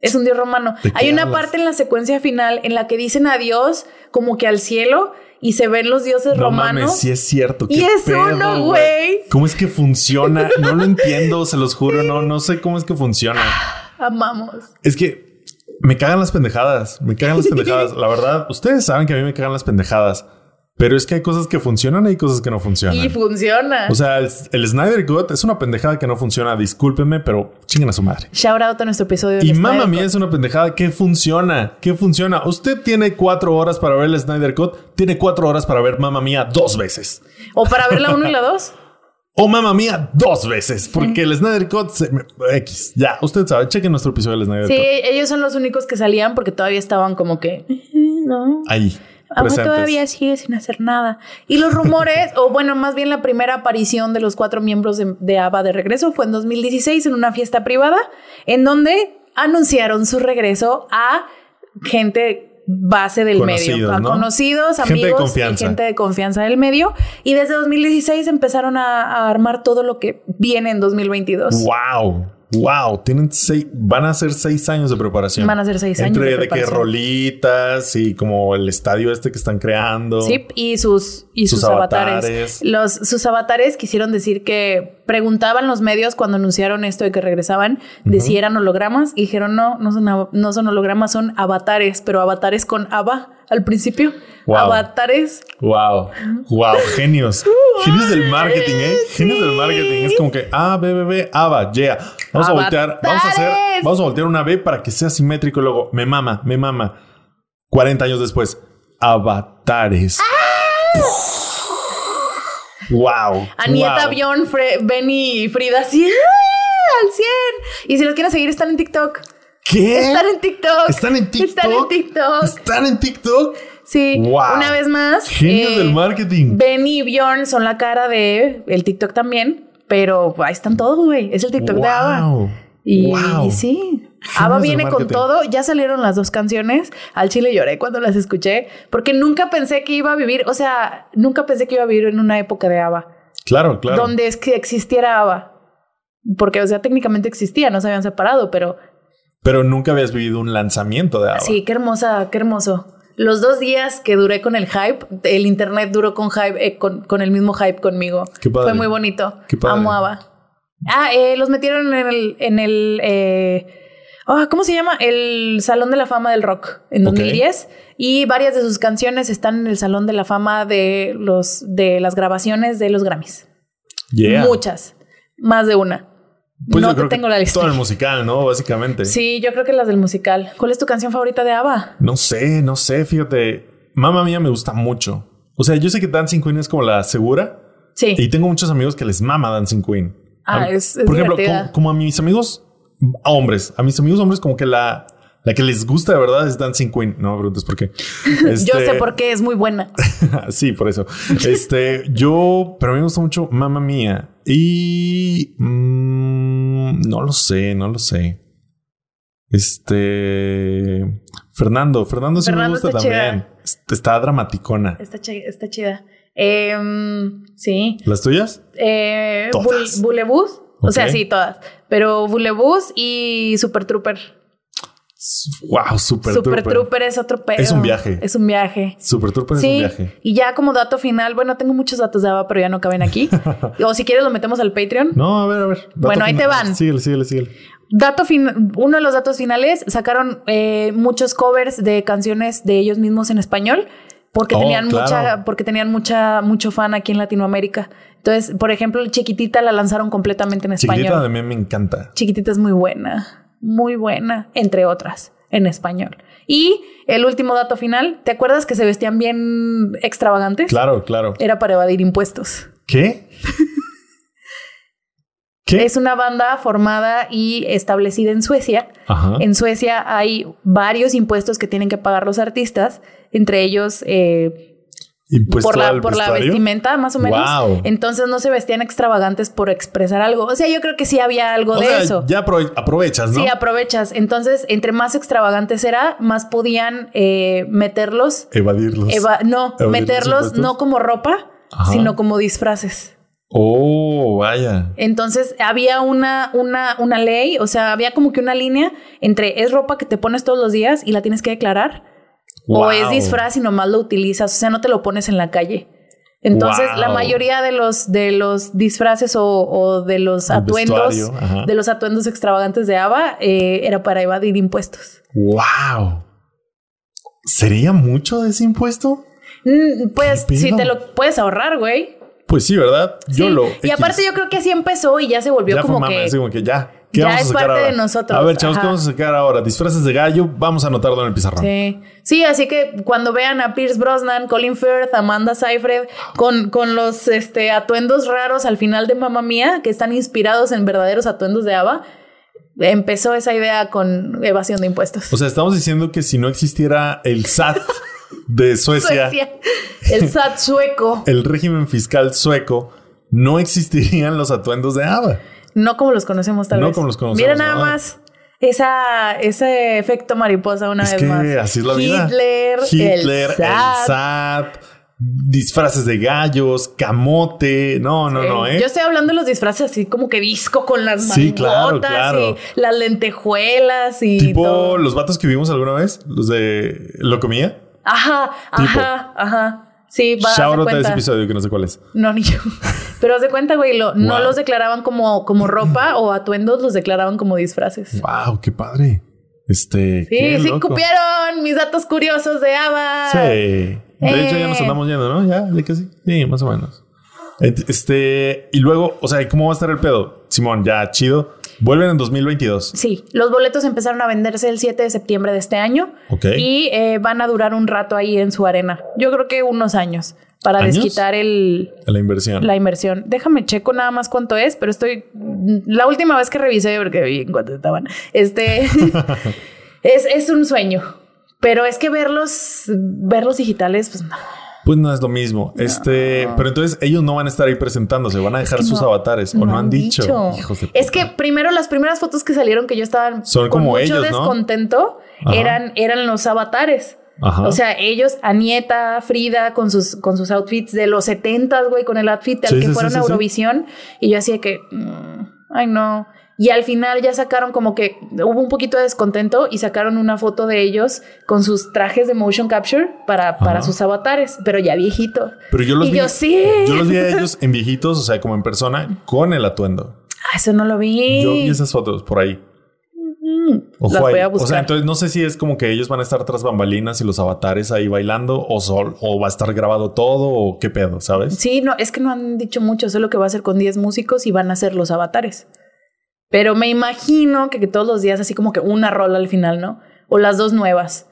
Speaker 2: Es un dios romano.
Speaker 1: ¿De qué
Speaker 2: Hay una
Speaker 1: hablas?
Speaker 2: parte en la secuencia final en la que dicen adiós como que al cielo y se ven los dioses
Speaker 1: No
Speaker 2: romanos.
Speaker 1: mames, sí es cierto.
Speaker 2: Y
Speaker 1: qué
Speaker 2: es
Speaker 1: pedo,
Speaker 2: uno, güey.
Speaker 1: ¿Cómo es que funciona? No lo entiendo, se los juro. No, no sé cómo es que funciona.
Speaker 2: Amamos.
Speaker 1: Es que me cagan las pendejadas. Me cagan las pendejadas. La verdad, ustedes saben que a mí me cagan las pendejadas. Pero es que hay cosas que funcionan y hay cosas que no funcionan.
Speaker 2: Y funciona.
Speaker 1: O sea, el, el Snyder Cut es una pendejada que no funciona, discúlpenme, pero chingan a su madre.
Speaker 2: Shout out a nuestro episodio.
Speaker 1: Y
Speaker 2: del
Speaker 1: mamá
Speaker 2: Snyder
Speaker 1: mía
Speaker 2: Cut.
Speaker 1: es una pendejada que funciona, que funciona. Usted tiene cuatro horas para ver el Snyder Cut, tiene cuatro horas para ver mamá mía dos veces.
Speaker 2: O para ver la 1 y la 2.
Speaker 1: O mamá mía dos veces, porque el Snyder Cut se me- X. Ya, usted sabe, chequen nuestro episodio del Snyder
Speaker 2: Sí,
Speaker 1: Cut.
Speaker 2: ellos son los únicos que salían porque todavía estaban como que. "Ujú, No.
Speaker 1: Ahí.
Speaker 2: Aún
Speaker 1: presentes.
Speaker 2: Ah, pues, todavía sigue sin hacer nada. Y los rumores, o bueno, más bien la primera aparición de los cuatro miembros de, de ABBA de regreso fue en 2016 en una fiesta privada, en donde anunciaron su regreso a gente base del medio,
Speaker 1: Conocidos,
Speaker 2: a
Speaker 1: ¿no?
Speaker 2: conocidos,
Speaker 1: Gente de
Speaker 2: amigos y
Speaker 1: confianza.
Speaker 2: gente de confianza del medio. Y desde 2016 empezaron a, a armar todo lo que viene en 2022.
Speaker 1: Wow, wow, tienen seis, van a ser seis años de preparación.
Speaker 2: Van a ser seis años
Speaker 1: Entre
Speaker 2: de
Speaker 1: de que
Speaker 2: preparación.
Speaker 1: rolitas y como el estadio este que están creando.
Speaker 2: Sí, y sus, y sus,
Speaker 1: Sus
Speaker 2: avatares.
Speaker 1: avatares.
Speaker 2: Los, sus avatares quisieron decir que preguntaban los medios cuando anunciaron esto de que regresaban de si eran hologramas y dijeron no, no son, av- no son hologramas, son avatares, pero avatares con ABBA al principio.
Speaker 1: Wow.
Speaker 2: Avatares.
Speaker 1: Wow, wow, genios. Genios del marketing, ¿eh? Genios del marketing. Es como que, ah, B, B, B, ABA, yeah. Vamos a voltear, vamos a hacer,
Speaker 2: ¡Avatares!
Speaker 1: vamos a voltear una B para que sea simétrico. y Luego, me mama, me mama. 40 años después, avatares.
Speaker 2: Ah.
Speaker 1: Wow.
Speaker 2: Anieta,
Speaker 1: wow.
Speaker 2: Bion, Fre- Benny y Frida, así ¡ah! al 100. Y si los quieren seguir, están en TikTok.
Speaker 1: ¿Qué?
Speaker 2: Están en TikTok.
Speaker 1: ¿Eh? ¿Están en TikTok?
Speaker 2: Están en TikTok.
Speaker 1: ¿Están en TikTok?
Speaker 2: Sí.
Speaker 1: Wow.
Speaker 2: Una vez más.
Speaker 1: Genios
Speaker 2: eh,
Speaker 1: del marketing.
Speaker 2: Benny y Bjorn son la cara de el TikTok también, pero ahí están todos, güey. Es el TikTok de Ava.
Speaker 1: Wow.
Speaker 2: Y,
Speaker 1: Wow.
Speaker 2: y sí.
Speaker 1: Genios
Speaker 2: Ava
Speaker 1: del
Speaker 2: viene con
Speaker 1: marketing.
Speaker 2: todo, ya salieron las dos canciones. Al chile lloré cuando las escuché, porque nunca pensé que iba a vivir, o sea, nunca pensé que iba a vivir en una época de Ava,
Speaker 1: Claro, claro.
Speaker 2: donde es que existiera Ava. Porque, o sea, técnicamente existía, no se habían separado, pero
Speaker 1: Pero nunca habías vivido un lanzamiento de Ava.
Speaker 2: sí, qué hermosa, qué hermoso. Los dos días que duré con el hype, el internet duró con hype, eh, con, con el mismo hype conmigo.
Speaker 1: Qué padre.
Speaker 2: Fue muy bonito.
Speaker 1: Qué padre.
Speaker 2: Amo ABBA. Ah, eh, los metieron en el, en el eh, ah, ¿cómo se llama? El Salón de la Fama del Rock en
Speaker 1: Ok.
Speaker 2: 2010. Y varias de sus canciones están en el Salón de la Fama de los de las grabaciones de los Grammys.
Speaker 1: Yeah.
Speaker 2: Muchas. Más de una.
Speaker 1: Pues yo
Speaker 2: no te
Speaker 1: creo que
Speaker 2: tengo la lista.
Speaker 1: Todo el musical, ¿no? Básicamente.
Speaker 2: Sí, yo creo que las del musical. ¿Cuál es tu canción favorita de ABBA?
Speaker 1: No sé, no sé. Fíjate, mamá mía me gusta mucho. O sea, yo sé que Dancing Queen es como la segura
Speaker 2: Sí.
Speaker 1: y tengo muchos amigos que les mama Dancing Queen.
Speaker 2: Ah,
Speaker 1: A-
Speaker 2: es- es
Speaker 1: Por ejemplo,
Speaker 2: divertida.
Speaker 1: como, como a mis amigos a hombres, a mis amigos hombres, como que la, la que les gusta de verdad es Dancing Queen. No me preguntes por qué.
Speaker 2: Yo sé
Speaker 1: Este,
Speaker 2: por qué es muy buena.
Speaker 1: sí, por eso. Este, yo, pero a mí me gusta mucho Mamma Mía. Y mm, no lo sé, no lo sé. Este, Fernando, Fernando sí
Speaker 2: Fernando
Speaker 1: me gusta
Speaker 2: está
Speaker 1: también. Est- Está dramaticona.
Speaker 2: Está, chi- está chida. Em, sí.
Speaker 1: ¿Las tuyas?
Speaker 2: Eh,
Speaker 1: Todas.
Speaker 2: Bul- Bulebus. O sea,
Speaker 1: Ok.
Speaker 2: sí, todas. Pero Bulebus y Super Trooper.
Speaker 1: Wow, super,
Speaker 2: Super
Speaker 1: Trooper.
Speaker 2: Trooper, es otro pedo.
Speaker 1: Es un viaje.
Speaker 2: Es un viaje.
Speaker 1: Super Trooper es un
Speaker 2: Sí,
Speaker 1: viaje.
Speaker 2: y ya como dato final, bueno, tengo muchos datos de ABBA, pero ya no caben aquí. o si quieres, lo metemos al Patreon.
Speaker 1: No, a ver, a ver. Dato
Speaker 2: Bueno, ahí te
Speaker 1: final.
Speaker 2: van.
Speaker 1: Síguele, síguele, síguele.
Speaker 2: Dato fin- uno de los datos finales, sacaron eh, muchos covers de canciones de ellos mismos en español porque
Speaker 1: Oh,
Speaker 2: tenían
Speaker 1: claro.
Speaker 2: mucha porque tenían mucha mucho fan aquí en Latinoamérica. Entonces, por ejemplo, Chiquitita la lanzaron completamente en español.
Speaker 1: Chiquitita
Speaker 2: Chiquitita,
Speaker 1: también me encanta.
Speaker 2: es muy buena, muy buena, entre otras, en español. Y el último dato final, ¿te acuerdas que se vestían bien extravagantes?
Speaker 1: Claro, claro.
Speaker 2: Era para evadir impuestos.
Speaker 1: ¿Qué? ¿Qué?
Speaker 2: Es una banda formada y establecida en Suecia.
Speaker 1: Ajá.
Speaker 2: En Suecia hay varios impuestos que tienen que pagar los artistas, entre ellos eh,
Speaker 1: Impuesto
Speaker 2: por, la,
Speaker 1: al
Speaker 2: por la
Speaker 1: Pues vestuario.
Speaker 2: vestimenta, más o menos.
Speaker 1: Guau.
Speaker 2: Entonces no se vestían extravagantes por expresar algo. O sea, yo creo que sí había algo
Speaker 1: O
Speaker 2: de
Speaker 1: sea,
Speaker 2: eso.
Speaker 1: ya aprove- aprovechas, ¿no?
Speaker 2: Sí, aprovechas. Entonces, entre más extravagantes era, más podían eh, meterlos,
Speaker 1: Evadirlos.
Speaker 2: eva- no,
Speaker 1: evadir los
Speaker 2: meterlos
Speaker 1: impuestos.
Speaker 2: no como ropa,
Speaker 1: Ajá.
Speaker 2: sino como disfraces.
Speaker 1: oh, vaya.
Speaker 2: Entonces había una, una, una ley, o sea, había como que una línea entre es ropa que te pones todos los días y la tienes que declarar, o
Speaker 1: Guau.
Speaker 2: es disfraz y nomás lo utilizas, o sea, no te lo pones en la calle. Entonces,
Speaker 1: Wow.
Speaker 2: la mayoría de los, de los disfraces o, o de los
Speaker 1: El
Speaker 2: atuendos,
Speaker 1: vestuario, ajá.
Speaker 2: de los atuendos extravagantes de ABBA, eh, era para evadir impuestos.
Speaker 1: Wow. ¿Sería mucho de ese impuesto?
Speaker 2: Mm, Pues
Speaker 1: ¿Qué
Speaker 2: si
Speaker 1: pedo?
Speaker 2: te lo puedes ahorrar, güey.
Speaker 1: Pues sí, ¿verdad? Yo
Speaker 2: Sí.
Speaker 1: lo.
Speaker 2: Y aparte yo creo que así empezó y ya se volvió
Speaker 1: ya
Speaker 2: como
Speaker 1: fue mame,
Speaker 2: que...
Speaker 1: así como que ya. ¿Qué
Speaker 2: ya
Speaker 1: vamos a
Speaker 2: es
Speaker 1: sacar
Speaker 2: parte
Speaker 1: ahora?
Speaker 2: de nosotros,
Speaker 1: A ver, chavos, ¿qué
Speaker 2: ajá.
Speaker 1: vamos a sacar ahora? Disfraces de gallo, vamos a anotarlo en el pizarrón.
Speaker 2: Sí. sí, así que cuando vean a Pierce Brosnan, Colin Firth, Amanda Seyfried con, con los este, atuendos raros al final de Mamma Mía, que están inspirados en verdaderos atuendos de ABBA, empezó esa idea con evasión de impuestos.
Speaker 1: O sea, estamos diciendo que si no existiera el SAT de Suecia,
Speaker 2: Suecia. El SAT sueco,
Speaker 1: el régimen fiscal sueco, no existirían los atuendos de ABBA.
Speaker 2: no como los conocemos tal
Speaker 1: No
Speaker 2: vez.
Speaker 1: como los conocemos,
Speaker 2: Mira nada
Speaker 1: ¿no?
Speaker 2: más esa, ese efecto mariposa una
Speaker 1: es
Speaker 2: vez
Speaker 1: que
Speaker 2: más.
Speaker 1: así es la vida.
Speaker 2: Hitler,
Speaker 1: Hitler,
Speaker 2: el SAT.
Speaker 1: disfraces de gallos, camote. No, no,
Speaker 2: Sí.
Speaker 1: no, ¿eh?
Speaker 2: Yo estoy hablando de los disfraces así como que disco con las mangotas
Speaker 1: Sí, claro, claro.
Speaker 2: y las lentejuelas y
Speaker 1: Tipo
Speaker 2: todo.
Speaker 1: los vatos que vimos alguna vez, los de Lo comía.
Speaker 2: Ajá,
Speaker 1: tipo.
Speaker 2: ajá, ajá. Sí, va haz de
Speaker 1: Shout out a
Speaker 2: cuenta.
Speaker 1: ese episodio que no sé cuál es.
Speaker 2: No, ni yo. Pero haz de cuenta, güey, lo- no
Speaker 1: Wow.
Speaker 2: los declaraban como, como ropa o atuendos, los declaraban como disfraces.
Speaker 1: Wow, qué padre. Este.
Speaker 2: Sí,
Speaker 1: qué
Speaker 2: sí,
Speaker 1: loco.
Speaker 2: cupieron mis datos curiosos de ABBA.
Speaker 1: Sí. De hecho, ya nos
Speaker 2: Eh.
Speaker 1: andamos yendo, ¿no? Ya, de que sí. Sí, más o menos. Et- Este, y luego, o sea, ¿cómo va a estar el pedo? Simón, ya, chido. Vuelven en 2022.
Speaker 2: Sí, los boletos empezaron a venderse el 7 de septiembre de este año
Speaker 1: Ok.
Speaker 2: y eh, van a durar un rato ahí en su arena. Yo creo que unos años para
Speaker 1: ¿Años?
Speaker 2: desquitar el,
Speaker 1: A la inversión.
Speaker 2: la inversión. Déjame checo nada más cuánto es, pero estoy. La última vez que revisé, porque vi en cuánto estaban. Este es, es un sueño. Pero es que verlos, verlos digitales, pues no.
Speaker 1: Pues no es lo mismo. Este, pero entonces ellos no van a estar ahí presentándose, van a dejar
Speaker 2: que
Speaker 1: sus
Speaker 2: no-
Speaker 1: avatares. o no han dicho. Hijos de
Speaker 2: es
Speaker 1: puta.
Speaker 2: que primero las primeras fotos que salieron que yo estaba
Speaker 1: Son
Speaker 2: con
Speaker 1: como
Speaker 2: mucho
Speaker 1: ellos, ¿no?
Speaker 2: descontento
Speaker 1: Ajá.
Speaker 2: eran, eran los avatares.
Speaker 1: Ajá.
Speaker 2: O sea, ellos, Anieta, Frida, con sus, con sus outfits de los 70, güey, con el outfit al
Speaker 1: Sí,
Speaker 2: que
Speaker 1: sí,
Speaker 2: fueron
Speaker 1: sí,
Speaker 2: a
Speaker 1: sí, sí.
Speaker 2: Eurovisión. Y yo así de que, mm, ay, no. Y al final ya sacaron como que hubo un poquito de descontento y sacaron una foto de ellos con sus trajes de motion capture para, para
Speaker 1: Ajá.
Speaker 2: sus avatares, pero ya viejitos.
Speaker 1: pero yo los
Speaker 2: y
Speaker 1: vi.
Speaker 2: yo, sí.
Speaker 1: yo los vi a ellos en viejitos, o sea, como en persona, con el atuendo.
Speaker 2: Ah, eso no lo vi.
Speaker 1: Yo vi esas fotos por ahí.
Speaker 2: Mm,
Speaker 1: Ojo
Speaker 2: Las voy
Speaker 1: ahí.
Speaker 2: a
Speaker 1: O sea,
Speaker 2: buscar.
Speaker 1: entonces no sé si es como que ellos van a estar tras bambalinas y los avatares ahí bailando o sol o va a estar grabado todo o qué pedo, ¿sabes?
Speaker 2: Sí, no, es que no han dicho mucho, solo que va a ser con 10 músicos y van a ser los avatares. Pero me imagino que, que todos los días así como que una rola al final, ¿no? O las dos nuevas.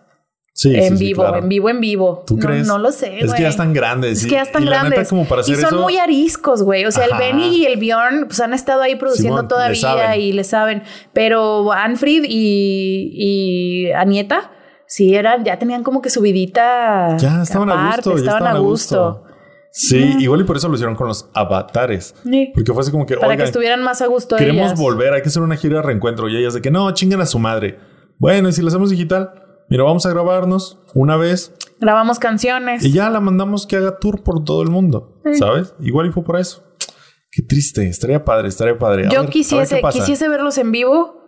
Speaker 1: Sí, sí,
Speaker 2: en
Speaker 1: sí,
Speaker 2: vivo,
Speaker 1: claro.
Speaker 2: en vivo, en vivo.
Speaker 1: ¿Tú
Speaker 2: no,
Speaker 1: crees?
Speaker 2: no lo sé,
Speaker 1: Es que ya
Speaker 2: güey.
Speaker 1: están grandes.
Speaker 2: Es
Speaker 1: y-
Speaker 2: que ya están
Speaker 1: y la neta,
Speaker 2: grandes.
Speaker 1: como para
Speaker 2: y
Speaker 1: hacer
Speaker 2: son
Speaker 1: eso-
Speaker 2: muy ariscos, güey. O sea,
Speaker 1: Ajá.
Speaker 2: el Benny y el Bjorn pues han estado ahí produciendo
Speaker 1: Simón, le
Speaker 2: todavía
Speaker 1: saben.
Speaker 2: y le saben. Pero Anfrid y, y Anieta, sí, eran, ya tenían como que su vidita.
Speaker 1: Ya estaban a
Speaker 2: aparte,
Speaker 1: gusto, ya estaban a gusto. Sí, igual y por eso lo hicieron con los avatares.
Speaker 2: Sí.
Speaker 1: Porque fue así como que,
Speaker 2: Para que
Speaker 1: oigan,
Speaker 2: estuvieran más a gusto.
Speaker 1: queremos
Speaker 2: ellas.
Speaker 1: volver, hay que hacer una gira de reencuentro. Y ellas de que no, chingan a su madre. Bueno, y si lo hacemos digital, mira, vamos a grabarnos una vez
Speaker 2: Grabamos canciones.
Speaker 1: y ya la mandamos que haga tour por todo el mundo, ¿sabes? Igual y fue por eso. Qué triste, estaría padre, estaría padre. A
Speaker 2: Yo
Speaker 1: ver, a ver
Speaker 2: quisiese,
Speaker 1: qué pasa.
Speaker 2: quisiese verlos en vivo,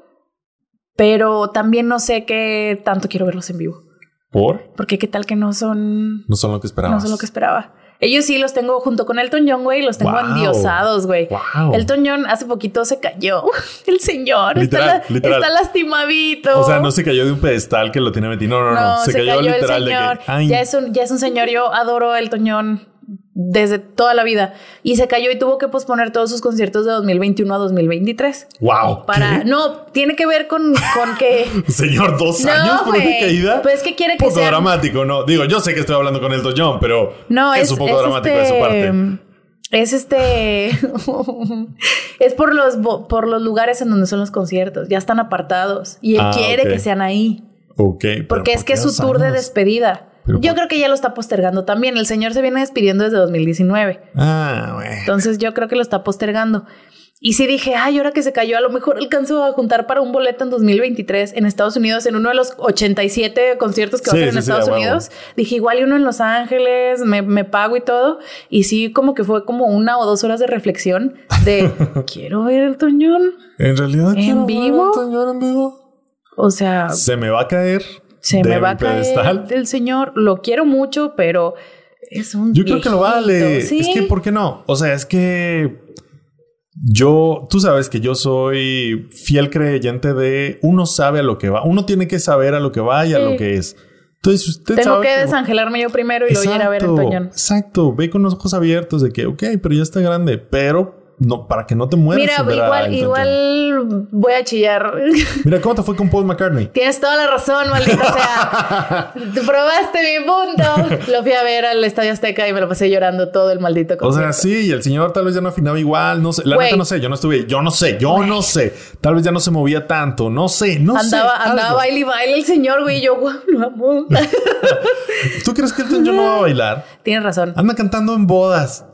Speaker 2: pero también no sé qué tanto quiero verlos en vivo.
Speaker 1: ¿Por?
Speaker 2: Porque qué tal que no son,
Speaker 1: No son lo que
Speaker 2: no
Speaker 1: esperábamos.
Speaker 2: son lo que esperaba. Ellos sí los tengo junto con Elton John, güey, los tengo
Speaker 1: Wow.
Speaker 2: endiosados, güey.
Speaker 1: Wow.
Speaker 2: Elton John hace poquito se cayó. El señor está,
Speaker 1: Literal,
Speaker 2: la-
Speaker 1: literal.
Speaker 2: está lastimadito.
Speaker 1: O sea, no se cayó de un pedestal que lo tiene metido. No, no, no. se, cayó, literal
Speaker 2: el señor.
Speaker 1: de que. Ay,
Speaker 2: Ya, es un, ya es un señor, yo adoro el Toñón desde toda la vida. Y se cayó y tuvo que posponer todos sus conciertos de 2021 a 2023.
Speaker 1: wow.
Speaker 2: Para,
Speaker 1: ¿qué?
Speaker 2: no, tiene que ver con, con que...
Speaker 1: Señor, dos
Speaker 2: No,
Speaker 1: años por una
Speaker 2: güey.
Speaker 1: caída.
Speaker 2: Pues es que quiere que
Speaker 1: Poco
Speaker 2: sea-
Speaker 1: dramático, ¿no? Digo, yo sé que estoy hablando con Elton John, pero
Speaker 2: No,
Speaker 1: es,
Speaker 2: es,
Speaker 1: un poco
Speaker 2: es
Speaker 1: dramático
Speaker 2: este,
Speaker 1: de su parte.
Speaker 2: Es este... es por los, bo- por los lugares en donde son los conciertos. Ya están apartados. Y él
Speaker 1: Ah,
Speaker 2: quiere
Speaker 1: ok.
Speaker 2: que sean ahí.
Speaker 1: Ok. pero
Speaker 2: Porque es
Speaker 1: ¿por
Speaker 2: que
Speaker 1: qué
Speaker 2: es su
Speaker 1: dos
Speaker 2: tour de
Speaker 1: años?
Speaker 2: despedida.
Speaker 1: Pero
Speaker 2: Yo
Speaker 1: por-
Speaker 2: creo que ya lo está postergando también. El señor se viene despidiendo desde 2019.
Speaker 1: Ah, güey.
Speaker 2: Entonces yo creo que lo está postergando. Y sí dije, ay, ahora que se cayó, a lo mejor alcanzó a juntar para un boleto en 2023 en Estados Unidos, en uno de los 87 conciertos que va a
Speaker 1: Sí,
Speaker 2: hacer en
Speaker 1: sí, sí, a
Speaker 2: Estados
Speaker 1: huevo.
Speaker 2: Unidos. Dije, igual y uno en Los Ángeles, me, me pago y todo. Y sí, como que fue como una o dos horas de reflexión de, quiero ver el Toñón.
Speaker 1: En realidad.
Speaker 2: ¿En
Speaker 1: quiero ver a
Speaker 2: vivo?
Speaker 1: Elton John en vivo.
Speaker 2: O sea,
Speaker 1: Se me va a caer.
Speaker 2: se
Speaker 1: de
Speaker 2: me va
Speaker 1: mi
Speaker 2: a caer
Speaker 1: pedestal.
Speaker 2: el señor. Lo quiero mucho, pero es un
Speaker 1: Yo creo que lo vale.
Speaker 2: viejito. Sí.
Speaker 1: Es que, ¿por qué no? O sea, es que yo, tú sabes que yo soy fiel creyente de uno sabe a lo que va, uno tiene que saber a lo que va y a
Speaker 2: Sí.
Speaker 1: lo que es. Entonces, si usted
Speaker 2: Tengo
Speaker 1: sabe
Speaker 2: que
Speaker 1: que-
Speaker 2: desangelarme yo primero y luego ir a ver el
Speaker 1: Exacto,
Speaker 2: Toñón.
Speaker 1: Exacto, ve con los ojos abiertos de que, ok, pero ya está grande, pero no, para que no te mueras.
Speaker 2: Mira,
Speaker 1: en ver a
Speaker 2: igual,
Speaker 1: Elton
Speaker 2: igual voy a chillar.
Speaker 1: John. Mira, ¿cómo te fue con Paul McCartney?
Speaker 2: Tienes toda la razón, maldita sea. Tú probaste mi punto. Lo fui a ver al Estadio Azteca y me lo pasé llorando todo el maldito
Speaker 1: O sea,
Speaker 2: concierto.
Speaker 1: sí, y el señor tal vez ya no afinaba igual, no sé, la
Speaker 2: Güey.
Speaker 1: neta no sé, yo no estuve, yo no sé, yo
Speaker 2: Güey.
Speaker 1: no sé, tal vez ya no se movía tanto, no sé, no
Speaker 2: andaba,
Speaker 1: sé.
Speaker 2: andaba
Speaker 1: algo.
Speaker 2: baile y baile el señor, güey. y Yo, guau, lo amo.
Speaker 1: ¿Tú crees que Elton John no va a bailar?
Speaker 2: Tienes razón.
Speaker 1: Anda cantando en bodas,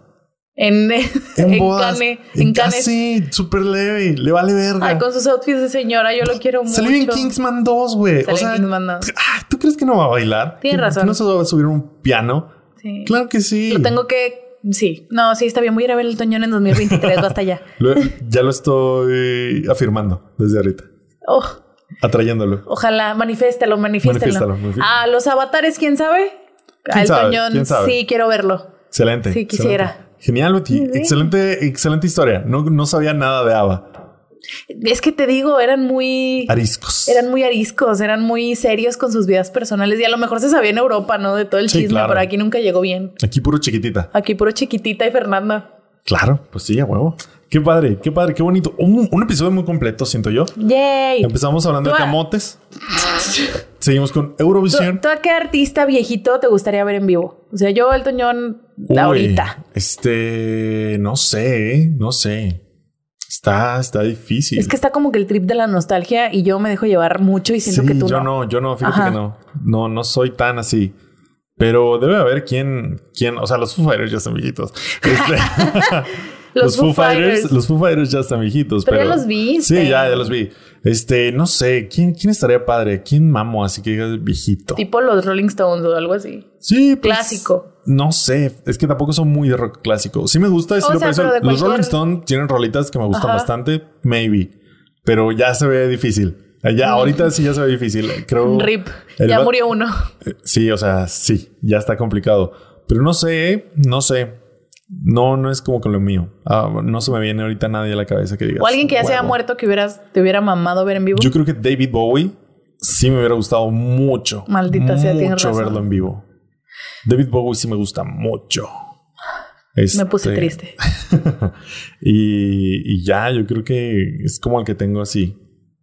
Speaker 2: En, en,
Speaker 1: en, bodas,
Speaker 2: Cane, en Canes.
Speaker 1: Sí, súper leve, le vale verga.
Speaker 2: Ay, con sus outfits de señora, yo lo quiero mucho.
Speaker 1: Salió en Kingsman 2, güey. O
Speaker 2: Salió en
Speaker 1: sea,
Speaker 2: Kingsman 2.
Speaker 1: ah, ¿tú crees que no va a bailar?
Speaker 2: Tienes
Speaker 1: ¿Que-
Speaker 2: razón.
Speaker 1: que no se va a subir un piano?
Speaker 2: Sí.
Speaker 1: Claro que sí.
Speaker 2: Lo tengo que. Sí, no, sí, está bien. Voy a ir a ver el Toñón en 2023, basta ya.
Speaker 1: Lo- ya lo estoy afirmando desde ahorita,
Speaker 2: Oh,
Speaker 1: atrayéndolo.
Speaker 2: ojalá, manifiéstalo, manifiéstalo.
Speaker 1: Manifiéstalo, manifi-
Speaker 2: A los avatares, quién sabe.
Speaker 1: ¿Quién
Speaker 2: Al
Speaker 1: sabe?
Speaker 2: Toñón,
Speaker 1: ¿Quién sabe?
Speaker 2: sí, quiero verlo.
Speaker 1: Excelente.
Speaker 2: Sí, quisiera.
Speaker 1: excelente. Genial, Betty.
Speaker 2: Sí.
Speaker 1: Excelente, excelente historia. No, no sabía nada de Ava.
Speaker 2: Es que te digo, eran muy.
Speaker 1: Ariscos.
Speaker 2: Eran muy ariscos, eran muy serios con sus vidas personales y a lo mejor se sabía en Europa, ¿no? De todo el
Speaker 1: Sí,
Speaker 2: chisme,
Speaker 1: claro.
Speaker 2: pero aquí nunca llegó bien.
Speaker 1: Aquí puro chiquitita.
Speaker 2: Aquí puro chiquitita y Fernanda.
Speaker 1: Claro, pues sí, a huevo. Qué padre, qué padre, qué bonito. Un, un episodio muy completo, siento yo.
Speaker 2: ¡Yay!
Speaker 1: Empezamos hablando de
Speaker 2: Tú a-
Speaker 1: camotes. Seguimos con
Speaker 2: ¿Tú,
Speaker 1: Eurovisión.
Speaker 2: tú a qué artista viejito te gustaría ver en vivo? O sea, yo el Toñón
Speaker 1: Uy,
Speaker 2: ahorita.
Speaker 1: Este, no sé, eh, no sé. Está, está difícil.
Speaker 2: Es que está como que el trip de la nostalgia y yo me dejo llevar mucho y siento
Speaker 1: Sí,
Speaker 2: que tú
Speaker 1: yo
Speaker 2: no.
Speaker 1: no. yo no, fíjate
Speaker 2: Ajá.
Speaker 1: que no. No, no soy tan así. Pero debe haber quién, quién, o sea, los Foo Fighters ya están viejitos. Este, los, Foo Fighters, los Foo Fighters ya están viejitos.
Speaker 2: Pero
Speaker 1: Pero,
Speaker 2: ya los viste.
Speaker 1: Sí, ya, ya los vi. Este, no sé, ¿quién, quién estaría padre? ¿Quién mamo así que digas viejito?
Speaker 2: Tipo los Rolling Stones o algo así.
Speaker 1: Sí, pues,
Speaker 2: Clásico.
Speaker 1: No sé, es que tampoco son muy de rock clásico. Sí me gusta, sí
Speaker 2: O
Speaker 1: lo
Speaker 2: sea,
Speaker 1: aprecio.
Speaker 2: pero de
Speaker 1: Los
Speaker 2: cualquier-
Speaker 1: Rolling Stones tienen rolitas que me gustan
Speaker 2: Ajá.
Speaker 1: bastante, maybe, pero ya se ve difícil. Ya ahorita sí ya se ve difícil. Creo.
Speaker 2: Mm. Rip.
Speaker 1: el
Speaker 2: Ya
Speaker 1: ba-
Speaker 2: murió uno.
Speaker 1: Eh, Sí, o sea, sí, ya está complicado. Pero no sé, ¿eh? no sé. No, no es como con lo mío. Ah, no se me viene ahorita nadie a la cabeza que diga.
Speaker 2: O alguien que ya se haya muerto que hubieras, te hubiera mamado ver en vivo.
Speaker 1: Yo creo que David Bowie sí me hubiera gustado mucho.
Speaker 2: Maldita sea, tienes
Speaker 1: Mucho
Speaker 2: razón.
Speaker 1: verlo en vivo. David Bowie sí me gusta mucho.
Speaker 2: me puse
Speaker 1: Este,
Speaker 2: triste.
Speaker 1: Y, y ya, yo creo que es como el que tengo así.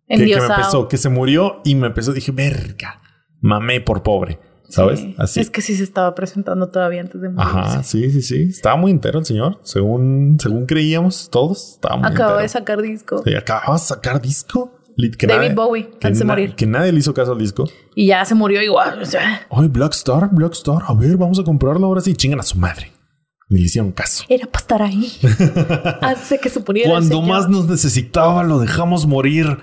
Speaker 1: Que, que me
Speaker 2: Endiosado.
Speaker 1: pesó, que se murió y me pesó. Dije, verga, mamé por pobre. ¿Sabes?
Speaker 2: Sí.
Speaker 1: Así.
Speaker 2: Es que sí se estaba presentando todavía antes de morir.
Speaker 1: Ajá, sí, sí, sí. Estaba muy entero el señor. Según, según creíamos todos, estaba muy
Speaker 2: Acababa de
Speaker 1: entero.
Speaker 2: sacar disco.
Speaker 1: Sí, acababa de sacar disco. Lit- que
Speaker 2: David
Speaker 1: nadie-
Speaker 2: Bowie,
Speaker 1: que
Speaker 2: antes de
Speaker 1: na-
Speaker 2: morir.
Speaker 1: Que nadie le hizo caso al disco.
Speaker 2: Y ya se murió igual. o sea,
Speaker 1: Ay, Blackstar, Blackstar, a ver, vamos a comprarlo ahora sí. Chingan a su madre. Ni le hicieron caso.
Speaker 2: era para estar ahí. Antes de que se muriera. el
Speaker 1: Cuando
Speaker 2: señor.
Speaker 1: más nos necesitaba, lo dejamos morir.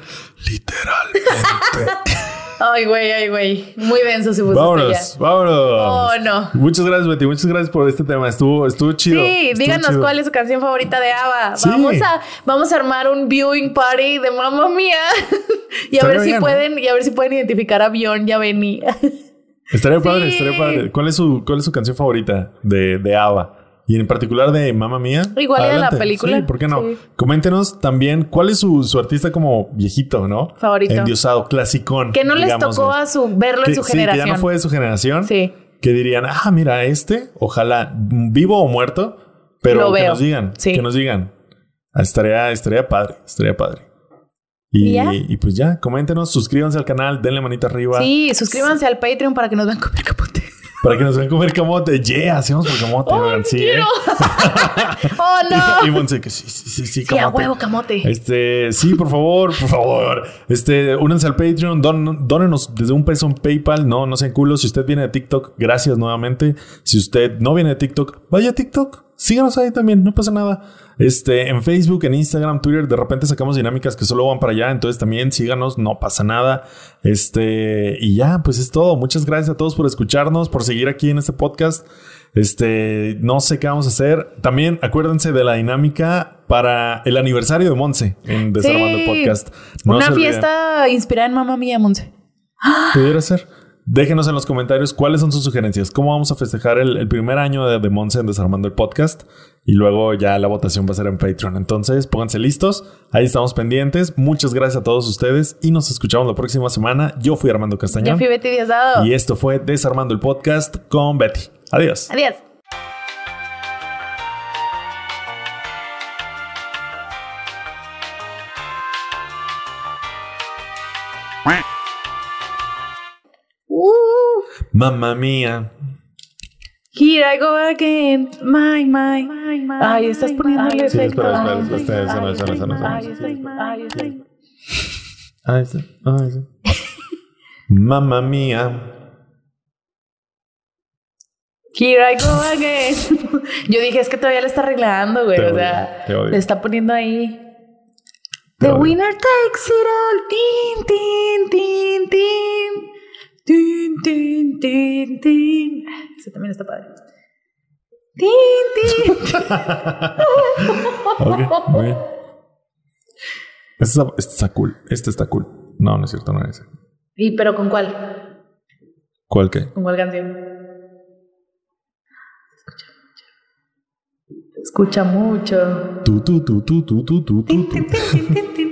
Speaker 1: Literalmente.
Speaker 2: Ay, güey, ay, güey. Muy denso se puso.
Speaker 1: vámonos,
Speaker 2: este ya.
Speaker 1: vámonos.
Speaker 2: Oh, no.
Speaker 1: Muchas gracias, Betty. Muchas gracias por este tema. Estuvo, estuvo chido.
Speaker 2: Sí,
Speaker 1: Estuvo
Speaker 2: díganos
Speaker 1: chido.
Speaker 2: cuál es su canción favorita de ABBA.
Speaker 1: Sí.
Speaker 2: Vamos a vamos a armar un viewing party de mamá mía y a
Speaker 1: Estaría
Speaker 2: ver si
Speaker 1: bien, ¿no?
Speaker 2: pueden y a ver si pueden identificar a Bjorn y a Benny.
Speaker 1: Estaría padre,
Speaker 2: Sí.
Speaker 1: estaría padre. ¿Cuál es su, cuál es su canción favorita de, de ABBA? Y en particular de Mamma Mía.
Speaker 2: Igual y de la
Speaker 1: Adelante.
Speaker 2: película.
Speaker 1: Sí, ¿por qué no?
Speaker 2: Sí.
Speaker 1: Coméntenos también cuál es su, su artista como viejito, ¿no?
Speaker 2: Favorito.
Speaker 1: Endiosado, clasicón.
Speaker 2: que no les
Speaker 1: digamos,
Speaker 2: tocó
Speaker 1: ¿no?
Speaker 2: a su verlo
Speaker 1: que,
Speaker 2: en su
Speaker 1: sí,
Speaker 2: generación.
Speaker 1: que ya no fue de su generación.
Speaker 2: Sí.
Speaker 1: Que dirían, ah, mira, este, ojalá vivo o muerto, pero
Speaker 2: Lo
Speaker 1: que
Speaker 2: veo.
Speaker 1: nos digan,
Speaker 2: Sí.
Speaker 1: que nos digan. Ah, Estaría, estaría padre, estaría padre.
Speaker 2: ¿Y
Speaker 1: Y,
Speaker 2: ya?
Speaker 1: y pues ya, coméntenos, suscríbanse al canal, denle manita arriba
Speaker 2: Sí, suscríbanse al Patreon para que nos vean comer capote.
Speaker 1: para que nos vean comer camote. Yeah, hacemos por camote.
Speaker 2: ¡Oh,
Speaker 1: oigan,
Speaker 2: no
Speaker 1: sí,
Speaker 2: quiero!
Speaker 1: ¿eh?
Speaker 2: ¡Oh, no!
Speaker 1: Y Monse, que sí, sí, sí, sí,
Speaker 2: Sí, a
Speaker 1: camote.
Speaker 2: huevo, camote.
Speaker 1: Este, sí, por favor, por favor. Este, únanse al Patreon, don, dónenos desde un peso en PayPal. No, no sean culos. Si usted viene de TikTok, gracias nuevamente. Si usted no viene de TikTok, vaya a TikTok. Síganos ahí también, no pasa nada. Este, en Facebook, en Instagram, Twitter, de repente sacamos dinámicas que solo van para allá. Entonces también síganos, no pasa nada. Este, y ya, pues es todo. Muchas gracias a todos por escucharnos, por seguir aquí en este podcast. Este, no sé qué vamos a hacer. También acuérdense de la dinámica para el aniversario de Monse en Desarmando
Speaker 2: Sí.
Speaker 1: el Podcast. No se olviden.
Speaker 2: Una fiesta inspirada en mamá mía, Monse.
Speaker 1: Pudiera ser. Déjenos en los comentarios cuáles son sus sugerencias. ¿Cómo vamos a festejar el, el primer año de, de Monse en Desarmando el Podcast? Y luego ya la votación va a ser en Patreon. Entonces, pónganse listos. Ahí estamos pendientes. Muchas gracias a todos ustedes y nos escuchamos la próxima semana. Yo fui Armando
Speaker 2: Yo
Speaker 1: Castañón
Speaker 2: fui Betty Diosdado.
Speaker 1: y esto fue Desarmando el Podcast con Betty. Adiós.
Speaker 2: Adiós. Uh,
Speaker 1: Mamma mía.
Speaker 2: here I go again. My, my. Ay, estás poniéndole
Speaker 1: Sí,
Speaker 2: efecto.
Speaker 1: espera, espera, espera, espera, espera, espera, espera, espera.
Speaker 2: Ay, espera, ay, espera.
Speaker 1: Ahí está, ahí está. Mamma mía.
Speaker 2: Here I go again. Yo dije, es que todavía le está arreglando, güey.
Speaker 1: Te
Speaker 2: o
Speaker 1: odio,
Speaker 2: sea,
Speaker 1: te odio.
Speaker 2: le está poniendo ahí.
Speaker 1: Te
Speaker 2: The
Speaker 1: odio.
Speaker 2: winner takes it all. Tin, tin, tin, tin. Tin, tin, tin, tin. Eso también está padre. Tin, tin.
Speaker 1: Ok, muy bien. Este está, este está cool. Este está cool. No, no es cierto, no es. ese.
Speaker 2: ¿Y pero con cuál?
Speaker 1: ¿Cuál qué?
Speaker 2: ¿Con cuál canción? Escucha mucho.
Speaker 1: Tú, tú, tú, tú, tú, tú, tú, tú, tú.
Speaker 2: Escucha mucho. Tin, tin, tin, tin, tin, tin.